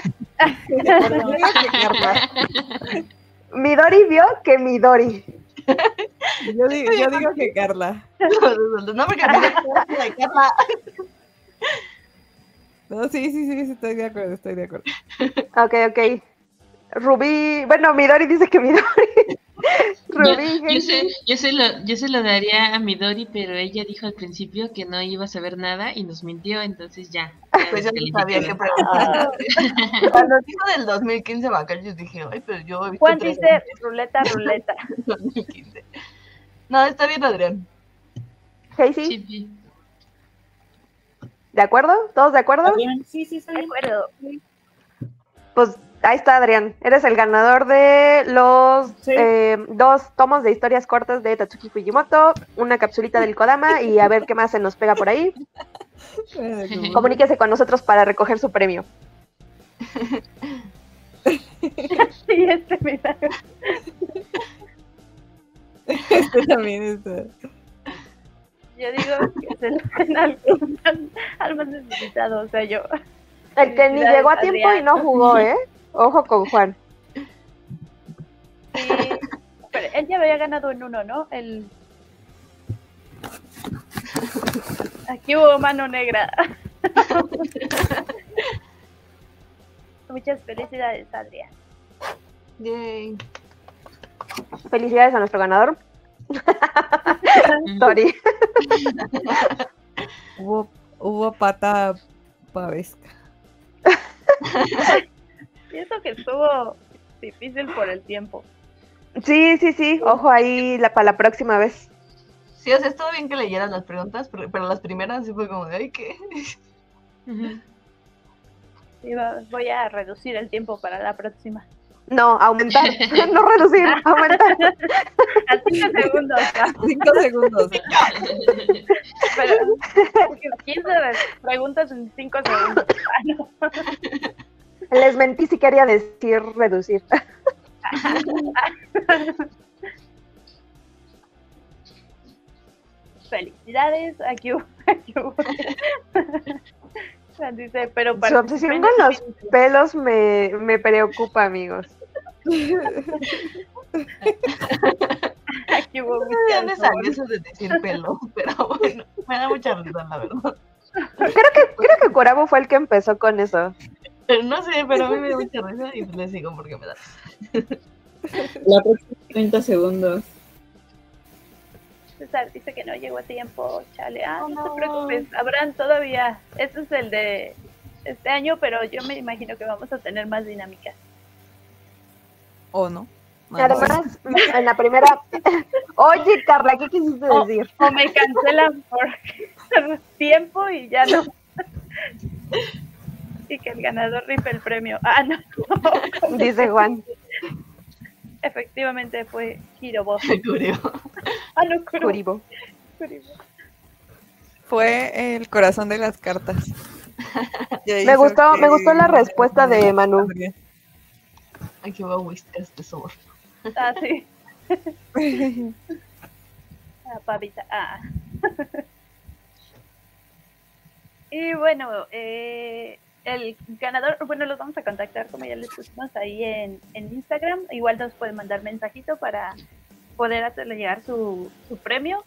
S6: Yo digo que Carla.
S2: Midori vio que Midori.
S6: Yo digo, yo digo que Carla.
S5: *laughs* No, porque a mí me de Carla.
S6: No, sí, sí, sí, sí, estoy de acuerdo, estoy de acuerdo.
S2: Ok, ok. Rubí, bueno, Midori dice que Midori. Rubí,
S3: *laughs* Yo, yo se,
S2: Genji.
S3: yo, se lo, yo se lo daría a Midori, pero ella dijo al principio que no iba a saber nada y nos mintió, entonces ya. ya
S5: Pues yo no sabía que
S3: descalificada.
S2: Ah,
S5: preguntar. Cuando dijo del 2015 Bacal, yo dije, ay, pero yo he visto
S1: Juan
S5: tres
S1: dice ruleta, ruleta.
S5: del 2015. No, está bien, Adrián.
S2: Casey,
S3: Sí, sí.
S2: ¿de acuerdo? ¿Todos de acuerdo?
S8: Adrián, Sí, sí, está
S1: De
S8: bien.
S1: acuerdo.
S2: Pues ahí está, Adrián. Eres el ganador de los
S8: Sí.
S2: eh, dos tomos de historias cortas de Tatsuki Fujimoto, una capsulita del Kodama y a ver qué más se nos pega por ahí.
S6: Era de Curabo.
S2: Comuníquese con nosotros para recoger su premio.
S1: Sí, este milagro.
S6: *laughs* Este también está.
S1: Yo digo que se lo den al, al- al más necesitado, o sea, yo.
S2: El que ni
S1: Felicidades,
S2: llegó a tiempo y
S1: Adrián. *laughs*
S2: no jugó, ¿eh? Ojo con Juan.
S1: Sí. Pero él ya había ganado en uno, ¿no? El... Aquí hubo mano negra. Muchas felicidades, Adrián.
S5: Yay.
S2: Felicidades a nuestro ganador, Tori.
S6: Hubo, hubo pata pavesca.
S1: Pienso que estuvo difícil por el tiempo.
S2: Sí, sí, sí. Ojo ahí la, para la próxima vez.
S5: Sí, o sea, estuvo bien que leyeran las preguntas, pero, pero las primeras sí fue como de, ay, ¿qué?
S3: Ujú.
S1: Y va- Voy a reducir el tiempo para la próxima.
S2: No,
S1: *laughs*
S2: aumentar, *laughs* no reducir, aumentar.
S1: A cinco segundos.
S6: Cinco segundos.
S1: Pero, ¿quién se preguntas en cinco segundos? Ah, no.
S2: Les mentí si quería decir reducir.
S1: Felicidades, aquí hubo. *laughs* Aquí hubo. Dice, pero
S2: Su obsesión con los pelos me, me preocupa, amigos.
S1: *laughs* Aquí hubo
S5: No sé
S1: mucho
S5: de dónde
S1: alcohol.
S5: salió eso de decir pelo, *laughs* pero bueno, me da mucha risa, la verdad.
S2: Creo que, creo que Curabo fue el que empezó con eso.
S5: Pero no sé, pero a mí me da mucha risa y les digo porque me da risa.
S8: La próxima 30 segundos.
S1: César dice que no llegó a tiempo, chale. Ah, no, te preocupes, habrán todavía. Este es el de este año, pero yo me imagino que vamos a tener más dinámicas.
S6: ¿O no?
S2: Además, *laughs* en la primera. Oye, Carla, ¿qué quisiste
S1: O,
S2: decir?
S1: o me cancelan *laughs* por *laughs* tiempo y ya no. *laughs* Y que el ganador rife el premio. Ah, no.
S2: Dice Juan.
S1: Efectivamente fue Kirobo.
S5: Cureo.
S1: Ah, no, Kurobo.
S2: Kuribo.
S1: Kuribo.
S6: Fue el corazón de las cartas.
S2: *laughs*
S6: Y ahí
S2: Me
S6: hizo
S2: gustó,
S6: que-
S2: me gustó la respuesta de Manu.
S5: Aquí va Whiskers de este sabor.
S1: Ah, sí. Ah, pavita. Ah. y bueno, eh, el ganador, bueno, los vamos a contactar como ya les pusimos ahí en, en Instagram. Igual nos pueden mandar mensajito para poder hacerle llegar su, su premio.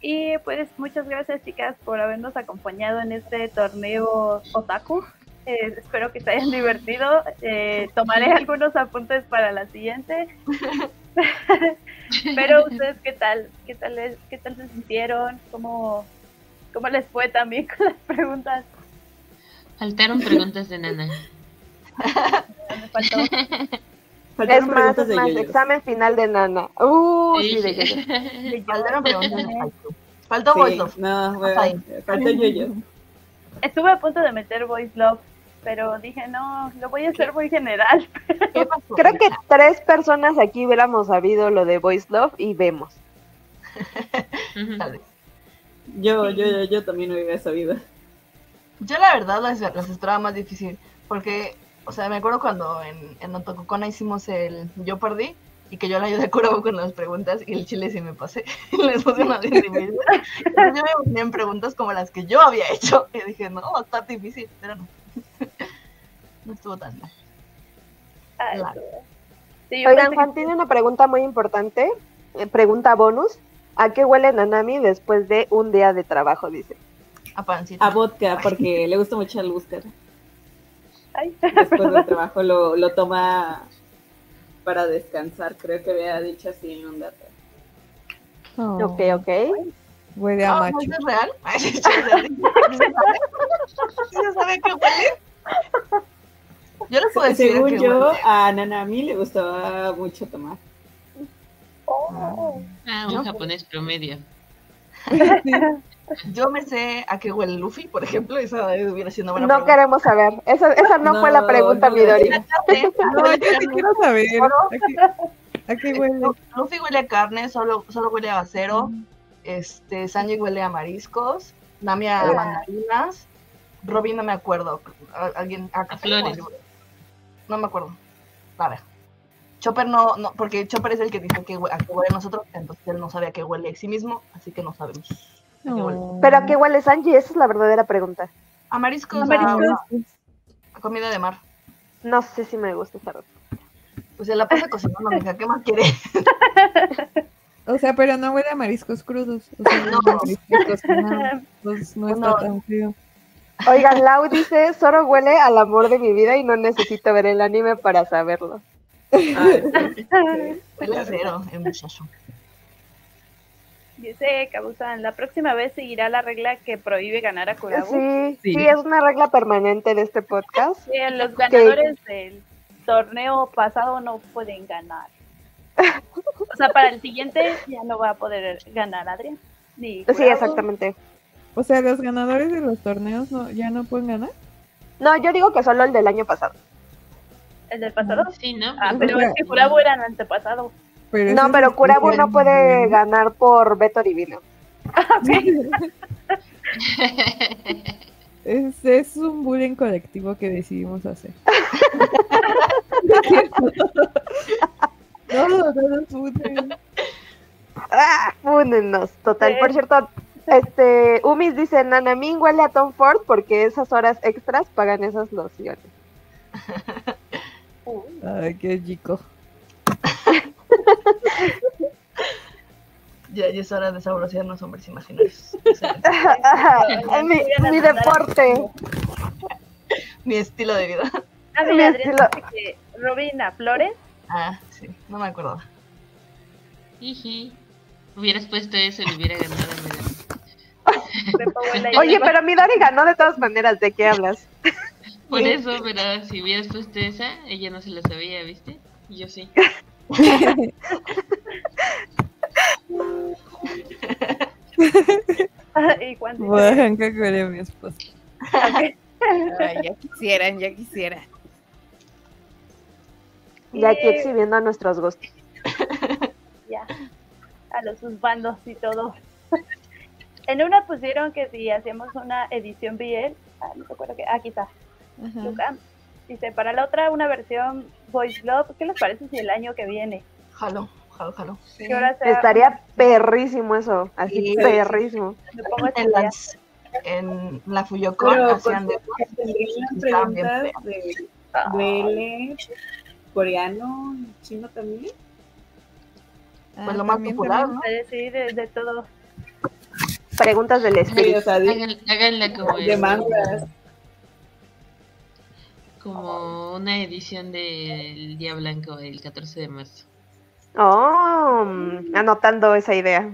S1: Y pues muchas gracias chicas por habernos acompañado en este torneo Otaku. Eh, espero que se hayan *laughs* divertido. Eh, tomaré algunos apuntes para la siguiente. Pero ustedes, ¿qué tal? ¿Qué tal, les- qué tal se sintieron? ¿Cómo, ¿Cómo les fue también *laughs* con las preguntas?
S3: *laughs* Faltaron preguntas de Nana.
S1: Me faltó.
S2: Es
S8: Faltaron
S2: más,
S8: preguntas
S2: es
S8: de
S2: más,
S8: Yoyos.
S2: examen final de Nana. Uh, sí, de Yoyos.
S3: *laughs*
S5: Faltaron preguntas de Haiku. Faltó
S8: Sí,
S5: Voice of. Ay.
S8: No, bueno, faltó Yoyos.
S1: Estuve a punto de meter voice love, pero dije, no, lo voy a hacer muy general.
S5: ¿Qué pasó?
S2: Creo que tres personas aquí hubiéramos sabido lo de Voice Love y vemos.
S5: Tal vez.
S8: Yo, yo, yo, yo también hubiera sabido.
S5: Yo la verdad las, las esperaba más difícil, porque, o sea, me acuerdo cuando en, en Otococona hicimos el Yo perdí y que yo le ayudé a Kurabo con las preguntas y el chile sí me pasé. Les puse una difícil. Entonces yo me imaginé en preguntas como las que yo había hecho y dije, no, está difícil, pero no. No estuvo tan mal.
S1: Ah,
S5: Claro.
S1: estuvo. Sí, yo
S2: Oigan,
S1: pensé
S2: Juan tiene una pregunta muy importante. eh, Pregunta bonus. ¿A qué huele Nanami después de un día de trabajo? Dice.
S5: A pancita.
S8: A vodka, porque le gusta mucho al Buster.
S1: que- ay,
S8: Después
S2: *laughs*
S8: del trabajo lo, lo toma para descansar. Creo que había dicho así en un dato.
S6: Oh.
S2: Ok, ok.
S6: Huele
S2: Oh,
S6: a
S5: Ah,
S6: macho.
S5: ¿no es real? Ay, sí, sí, sí, sí. ¿Sí se sabe? ¿Sí se sabe qué huele? Yo les puedo
S2: Pues
S5: decir
S8: Según
S5: que
S8: yo,
S5: huele.
S8: a Nanami le gustaba mucho tomar.
S1: oh.
S3: Ah, un japonés promedio.
S5: Yo me sé a qué huele Luffy, por ejemplo, esa eh, hubiera sido una buena
S2: No queremos saber. Esa, esa no, fue la
S8: No,
S2: pregunta,
S8: no,
S2: Midori.
S8: no.
S5: pregunta.
S6: No, yo sí quiero saber. ¿A qué, a qué
S5: *laughs*
S6: huele?
S5: Luffy huele a carne, solo, solo huele a acero. Este, Sanji huele a mariscos. Nami a
S2: Ah.
S5: mandarinas. Robin no me acuerdo. a- alguien a café,
S3: flores.
S5: o algo. No me acuerdo. A ver. Chopper no, no, porque Chopper es el que dice que hue- a qué huele nosotros, entonces él no sabe a qué huele sí mismo, así que no sabemos. a qué huele.
S2: Pero ¿a qué huele Sanji? Esa es la verdadera pregunta.
S5: A mariscos, a- a comida de mar.
S2: No sé si me gusta esa respuesta.
S5: Pues se la pasa cocinando, mija, ¿qué más quiere?
S6: *laughs* O sea, pero no huele a mariscos crudos. O
S5: *laughs*
S6: sea, huele a
S5: No.
S6: mariscos cocinados. Entonces no está
S5: No.
S6: tan frío.
S8: *laughs*
S2: Oigan, Lau dice, Zoro huele al amor de mi vida y no necesito ver el anime para saberlo.
S5: Huele a cero, el muchacho.
S1: Dice Cabuzán, la próxima vez seguirá la regla que prohíbe ganar a Kurabo.
S2: Sí, sí,
S6: Sí.
S2: es una regla permanente de este podcast.
S1: Que los ganadores del torneo pasado no pueden ganar. O sea, para el siguiente ya no va a poder ganar Adrián. Ni
S2: Sí,
S1: Kurabo.
S2: exactamente.
S6: O sea, los ganadores de los torneos no, ya no pueden ganar.
S2: No, yo digo que solo el del año pasado.
S1: ¿El del pasado?
S3: Sí, ¿no?
S1: Ah, pero es que Kurabu era el antepasado.
S2: no,
S1: ese
S2: pero
S1: es
S2: Kurabu no
S1: especial.
S2: puede ganar por Beto Divino.
S6: *laughs* Es, es un bullying colectivo que decidimos hacer. no, no, no, no,
S2: ¡Ah! Fúnennos, total. Por cierto, este, Umis dice, Nanamin huele a Tom Ford porque esas horas extras pagan esas lociones.
S1: Uh,
S6: Ay, qué chico.
S5: Ya, ya es hora de sabrosearnos hombres imaginarios. *laughs*
S2: *laughs* mi, mi deporte.
S5: Mi estilo de vida.
S1: Ah,
S5: Mi
S1: mira, Adrián
S5: estilo-
S1: dice que Robina Flores.
S5: Ah, sí, no me acuerdo.
S3: *laughs* Jiji. Hubieras puesto eso y hubiera ganado. mira.
S2: Oye, pero Midori ganó de todas maneras, ¿de qué hablas?
S3: Por eso, pero si hubieras puesto esa, ella no se la sabía, ¿viste? Y yo sí.
S1: y Juan
S6: Voy a dejar que cuele a mi esposo.
S11: Ay, ya quisieran, ya quisieran.
S2: Y aquí exhibiendo a nuestros gustos.
S1: ya, a los sus bandos y todo. *laughs* en una pusieron que si hacíamos una edición BL, ah, no recuerdo que, ah, quizá, Luca, dice, para la otra una versión Voice Love, ¿qué les parece si el año que viene?
S5: Jalo, jalo, jalo.
S1: ¿Qué hora será?
S2: Estaría perrísimo eso, así
S5: Sí.
S2: perrísimo.
S1: Me pongo a
S5: En la,
S1: estudiar.
S5: en la Fuyocon
S8: Pero
S5: hacían de
S8: pues, tendrían las
S5: estaban bien
S8: preguntas de BL coreano y chino también.
S5: Pues
S8: Ah,
S5: lo más también, popular, también.
S1: Eh, Sí, de, de todo.
S2: Preguntas del
S8: *laughs* Sí, o
S2: estilo.
S8: sea, de-
S3: Hágan- Háganla como,
S8: de mangas.
S3: como una edición del Día Blanco el 14 de marzo.
S2: Oh, mm, anotando esa idea.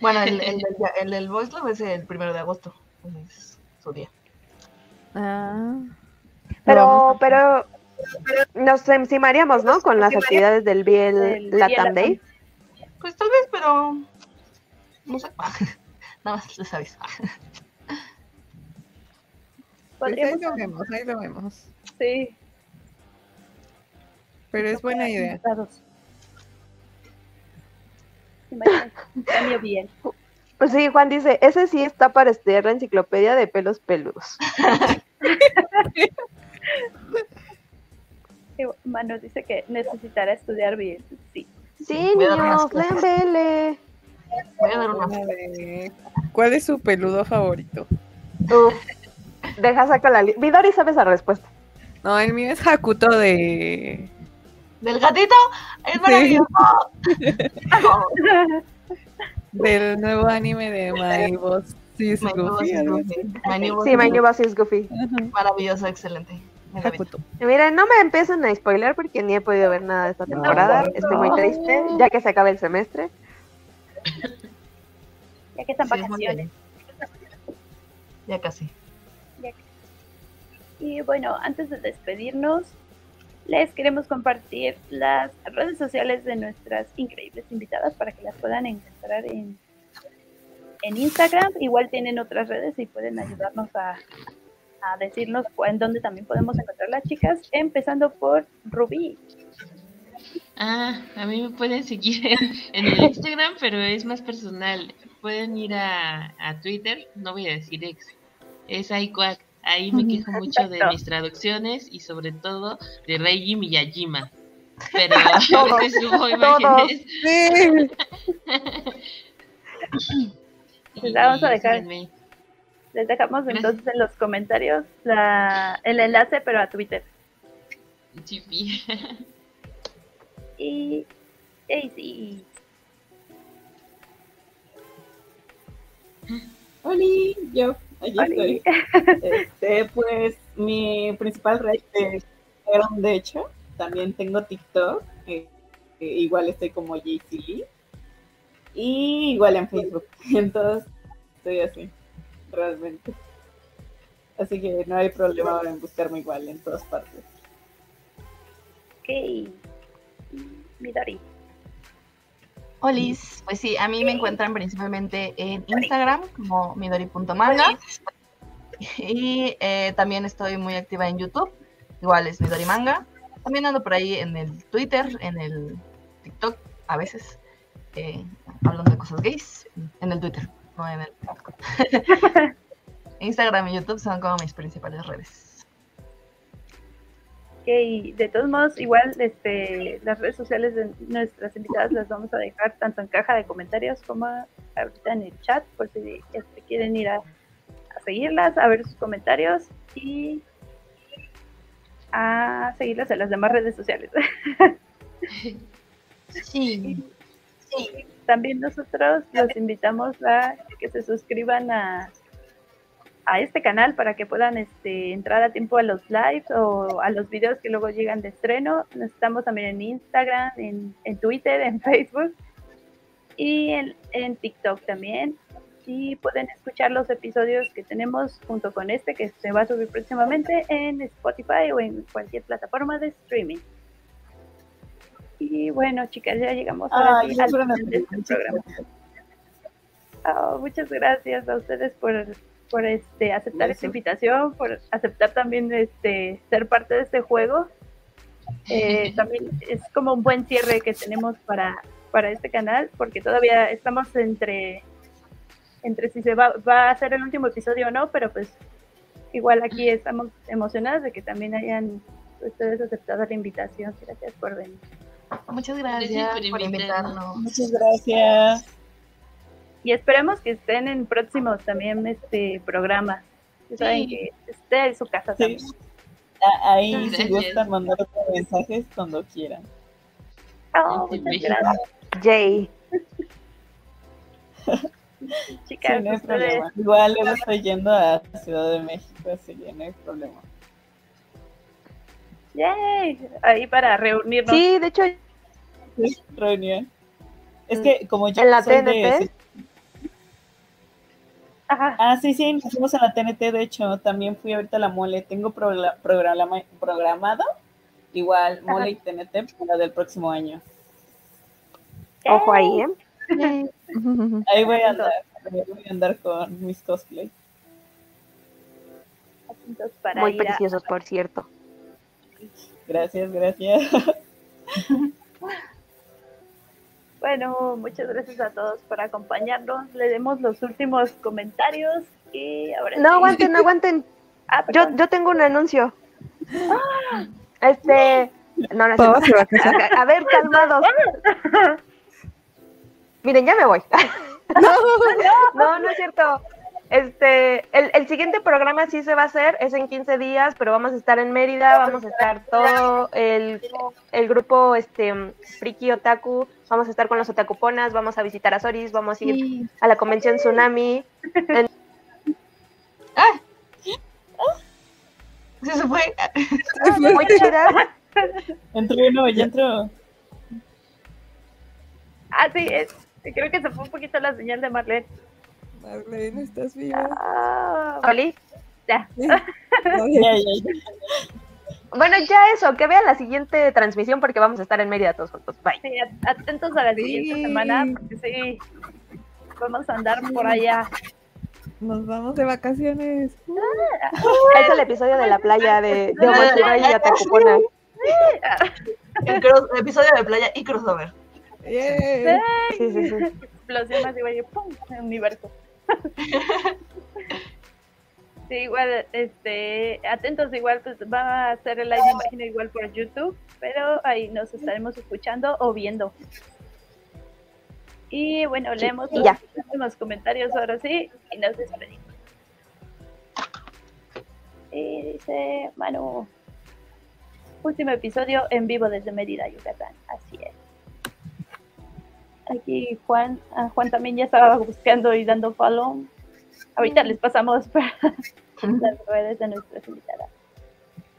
S5: Bueno, el,
S8: *laughs*
S5: el, del- el del Voice Love es el primero de agosto. Es su día.
S2: Pero, pero nos encimaríamos, ¿no? Con las actividades del Biel
S5: Del
S2: Latam
S5: BL
S2: Day.
S5: Pues tal vez, pero. No sé. Nada más les aviso.
S6: Pues ahí lo vemos, ahí lo vemos.
S1: Sí.
S6: Pero es buena idea.
S1: Imagínate, Cambio bien.
S2: Pues sí, Juan dice, ese sí está para estudiar la enciclopedia de pelos peludos.
S1: Y Manu dice que necesitará estudiar bien. Sí.
S2: Sí,
S1: voy a dar unas
S2: niños, lean BL.
S5: Voy a dar una.
S6: ¿Cuál es su peludo favorito?
S2: Uf, Deja saca la lista. Vidori sabe esa respuesta.
S6: No, el mío es Hakuto de.
S5: ¿Del gatito? ¡Es maravilloso!
S6: Del nuevo anime de My Boss Is
S5: My New
S6: Goofy,
S5: Boss
S6: algo
S5: is
S6: así.
S5: Goofy. My New Boss
S2: Sí,
S5: is
S2: My New
S5: Goofy.
S2: Boss is Goofy.
S5: Maravilloso, excelente. Me la vi.
S2: Miren, no me empiecen a spoiler porque ni he podido ver nada de esta temporada.
S5: no,
S2: Estoy muy triste, ya que se acaba el semestre.
S1: Ya que están
S5: Sí, es
S1: vacaciones.
S5: Ya casi.
S1: Ya que- Y bueno, antes de despedirnos, les queremos compartir las redes sociales de nuestras increíbles invitadas para que las puedan encontrar en, en Instagram. Igual tienen otras redes y pueden ayudarnos a, a decirnos cu- en dónde también podemos encontrar las chicas, empezando por Rubí.
S3: Ah, a mí me pueden seguir *laughs* en, en el Instagram, pero es más personal. Pueden ir a, a Twitter, no voy a decir ex, es iQuack. Ahí
S1: *laughs*
S3: me quejo mucho de
S1: Exacto.
S3: mis traducciones y sobre todo de Reiji Miyajima. Pero
S1: *laughs*
S3: *laughs* a veces subo imágenes. *laughs*
S1: Les Pues vamos a
S3: y
S1: dejar.
S3: síganme.
S1: Les dejamos entonces en los comentarios la- el enlace, pero a Twitter.
S3: Chipi.
S1: Y Daisy.
S8: Oli, yo, allí estoy. Este, pues mi principal red de Instagram, de hecho, también tengo TikTok, eh, eh, igual estoy como JC Lee, y igual en Facebook, *laughs* entonces estoy así, realmente. Así que no hay problema ahora en buscarme igual en todas partes.
S1: Ok. Y Midori.
S5: Olis, pues sí, a mí me encuentran principalmente en Instagram como midori.manga. Y eh, también estoy muy activa en YouTube. Igual es Midori Manga. También ando por ahí en el Twitter, en el TikTok, a veces. eh, hablando de cosas gays. En el Twitter, no en el
S2: *laughs*
S5: TikTok. Instagram y YouTube son como mis principales redes.
S1: Ok, de todos modos, igual este, las redes sociales de nuestras invitadas las vamos a dejar tanto en caja de comentarios como ahorita en el chat, por si este, quieren ir a, a seguirlas, a ver sus comentarios y a seguirlas en las demás redes sociales.
S5: Sí.
S1: sí. También nosotros los invitamos a que se suscriban a, a este canal para que puedan este, entrar a tiempo a los lives o a los videos que luego llegan de estreno. Nos Estamos también en Instagram, en, en Twitter, en *laughs* Facebook y en, en TikTok también. Y pueden escuchar los episodios que tenemos junto con este que se va a subir próximamente en Spotify o en cualquier plataforma de streaming. Y bueno, chicas, ya llegamos ahora
S8: Ay,
S1: sí
S8: no
S1: al
S8: fueron
S1: final de este
S8: las-
S1: programa. Oh, muchas gracias a ustedes por, por este, aceptar esta invitación, por aceptar también este, ser parte de este juego.
S8: *laughs*
S1: Eh, también es como un buen cierre que tenemos para, para este canal, porque todavía estamos entre, entre si se va, va a hacer el último episodio o no, pero pues igual aquí estamos emocionadas de que también hayan ustedes aceptado la invitación. Gracias por venir.
S5: Muchas gracias por invitarnos.
S8: Muchas gracias.
S1: Y esperemos que estén en próximos también este programas. Ya Saben
S8: Sí.
S1: que esté en su casa también.
S8: A- Ahí, si
S1: Gracias.
S8: gustan mandar otros mensajes cuando quieran.
S1: Oh, muchas
S8: Desde México.
S1: gracias,
S2: Jay.
S1: chicas.
S8: Sí, no hay
S1: ustedes-
S8: problema. Igual yo estoy yendo a Ciudad de México, así que no hay problema.
S1: Yay, Ahí para reunirnos.
S2: Sí, de hecho.
S8: Sí, reunión. Es que como yo
S2: Mm. ¿En la
S8: soy de-
S2: TNT?
S8: Ah, sí, sí, nos fuimos a la TNT, de hecho, también fui ahorita a la mole, tengo progra- programa- programado, igual mole y TNT para del próximo año.
S2: Ojo ahí, ¿eh?
S8: Ahí voy a andar, ahí voy a andar con mis cosplay.
S1: Entonces, para
S2: Muy
S1: ir a-
S2: preciosos, por cierto.
S8: Gracias, gracias.
S1: Bueno, muchas gracias a todos por acompañarnos. Le demos los últimos comentarios y ahora
S2: No
S1: sí. Ah,
S2: aguanten, no aguanten. Yo, yo tengo un anuncio.
S5: Ah.
S2: Este. No, no es
S1: ¿Pava
S2: cierto.
S1: se va a casar?
S2: A ver, calmados. Miren, ya me voy. No, no es cierto. Este, el, el siguiente programa sí se va a hacer, es en 15 días, pero vamos a estar en Mérida, vamos a estar todo el, el grupo este mm, Friki Otaku, vamos a estar con los otakuponas, vamos a visitar a Soris, vamos a ir
S5: Sí.
S2: a la convención Tsunami. En-
S5: Se fue.
S2: Muy chidas.
S8: Entró uno, ya entró.
S1: Ah, sí, es- creo que se fue un poquito la señal de Marlene.
S6: Marlene, ¿estás viva?
S2: ¿Oli?
S1: Ya.
S2: *laughs*
S8: Ya, ya, ya.
S2: Bueno, ya eso, que vean la siguiente transmisión porque vamos a estar en Mérida todos juntos. Bye.
S1: Sí, atentos a la siguiente
S6: Sí.
S1: semana, porque sí, vamos a andar por allá.
S6: Nos vamos de vacaciones.
S2: Es el episodio de la playa de, de Omochibai y Atacupona.
S1: ah,
S5: El cross- el episodio de playa y crossover.
S2: Sí, sí, sí.
S1: Explosión así, güey, ¡pum! en el universo. Sí, igual, este, atentos, igual, pues va a hacer el live, me imagino, igual por YouTube, pero ahí nos estaremos escuchando o viendo. Y bueno, leemos los
S2: ya.
S1: últimos comentarios ahora sí y nos despedimos. Y dice Manu, último episodio en vivo desde Mérida, Yucatán. Así es. Aquí Juan, ah, Juan también ya estaba buscando y dando follow. Ahorita les pasamos *laughs* para las redes de nuestras invitadas.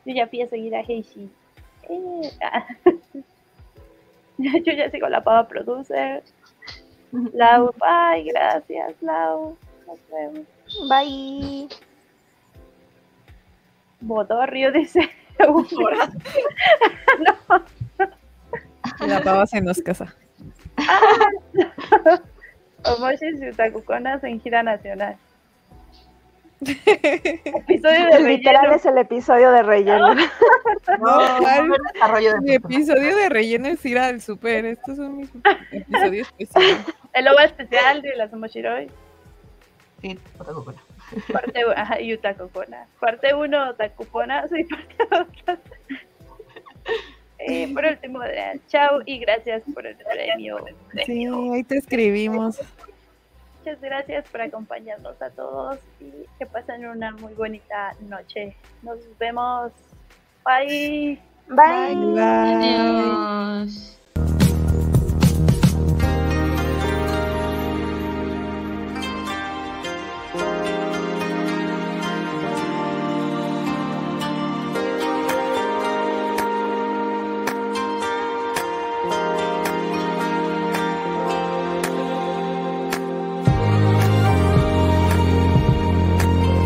S1: Yo ya fui a seguir a Heishi. Eh, ah. *laughs* Yo ya sigo la pava producer. Lau, bye, gracias, Lau. Nos vemos.
S2: Bye.
S1: Bodorrio dice. *laughs* Humora.
S6: La pava se nos casa.
S1: Omoshis y Otakukonas en gira nacional.
S2: El literal es el episodio de relleno.
S6: No,
S5: *laughs* no, no, desarrollo de
S6: mi episodio de relleno es ir al super. Estos son mis
S5: *laughs*
S6: episodios especiales.
S1: El OVA especial de la Somoshiroi.
S5: Sí, otra cocona.
S1: Parte 1, ajá, y Utacocona. Parte 1, Tacupona. Sí, *laughs* parte 2. Eh, por último, Adrián, chao y gracias por el premio.
S6: Sí, ahí te escribimos.
S1: Muchas gracias por acompañarnos a todos y que pasen una muy bonita noche. Nos vemos. Bye.
S2: Bye.
S6: Bye.
S3: Adiós.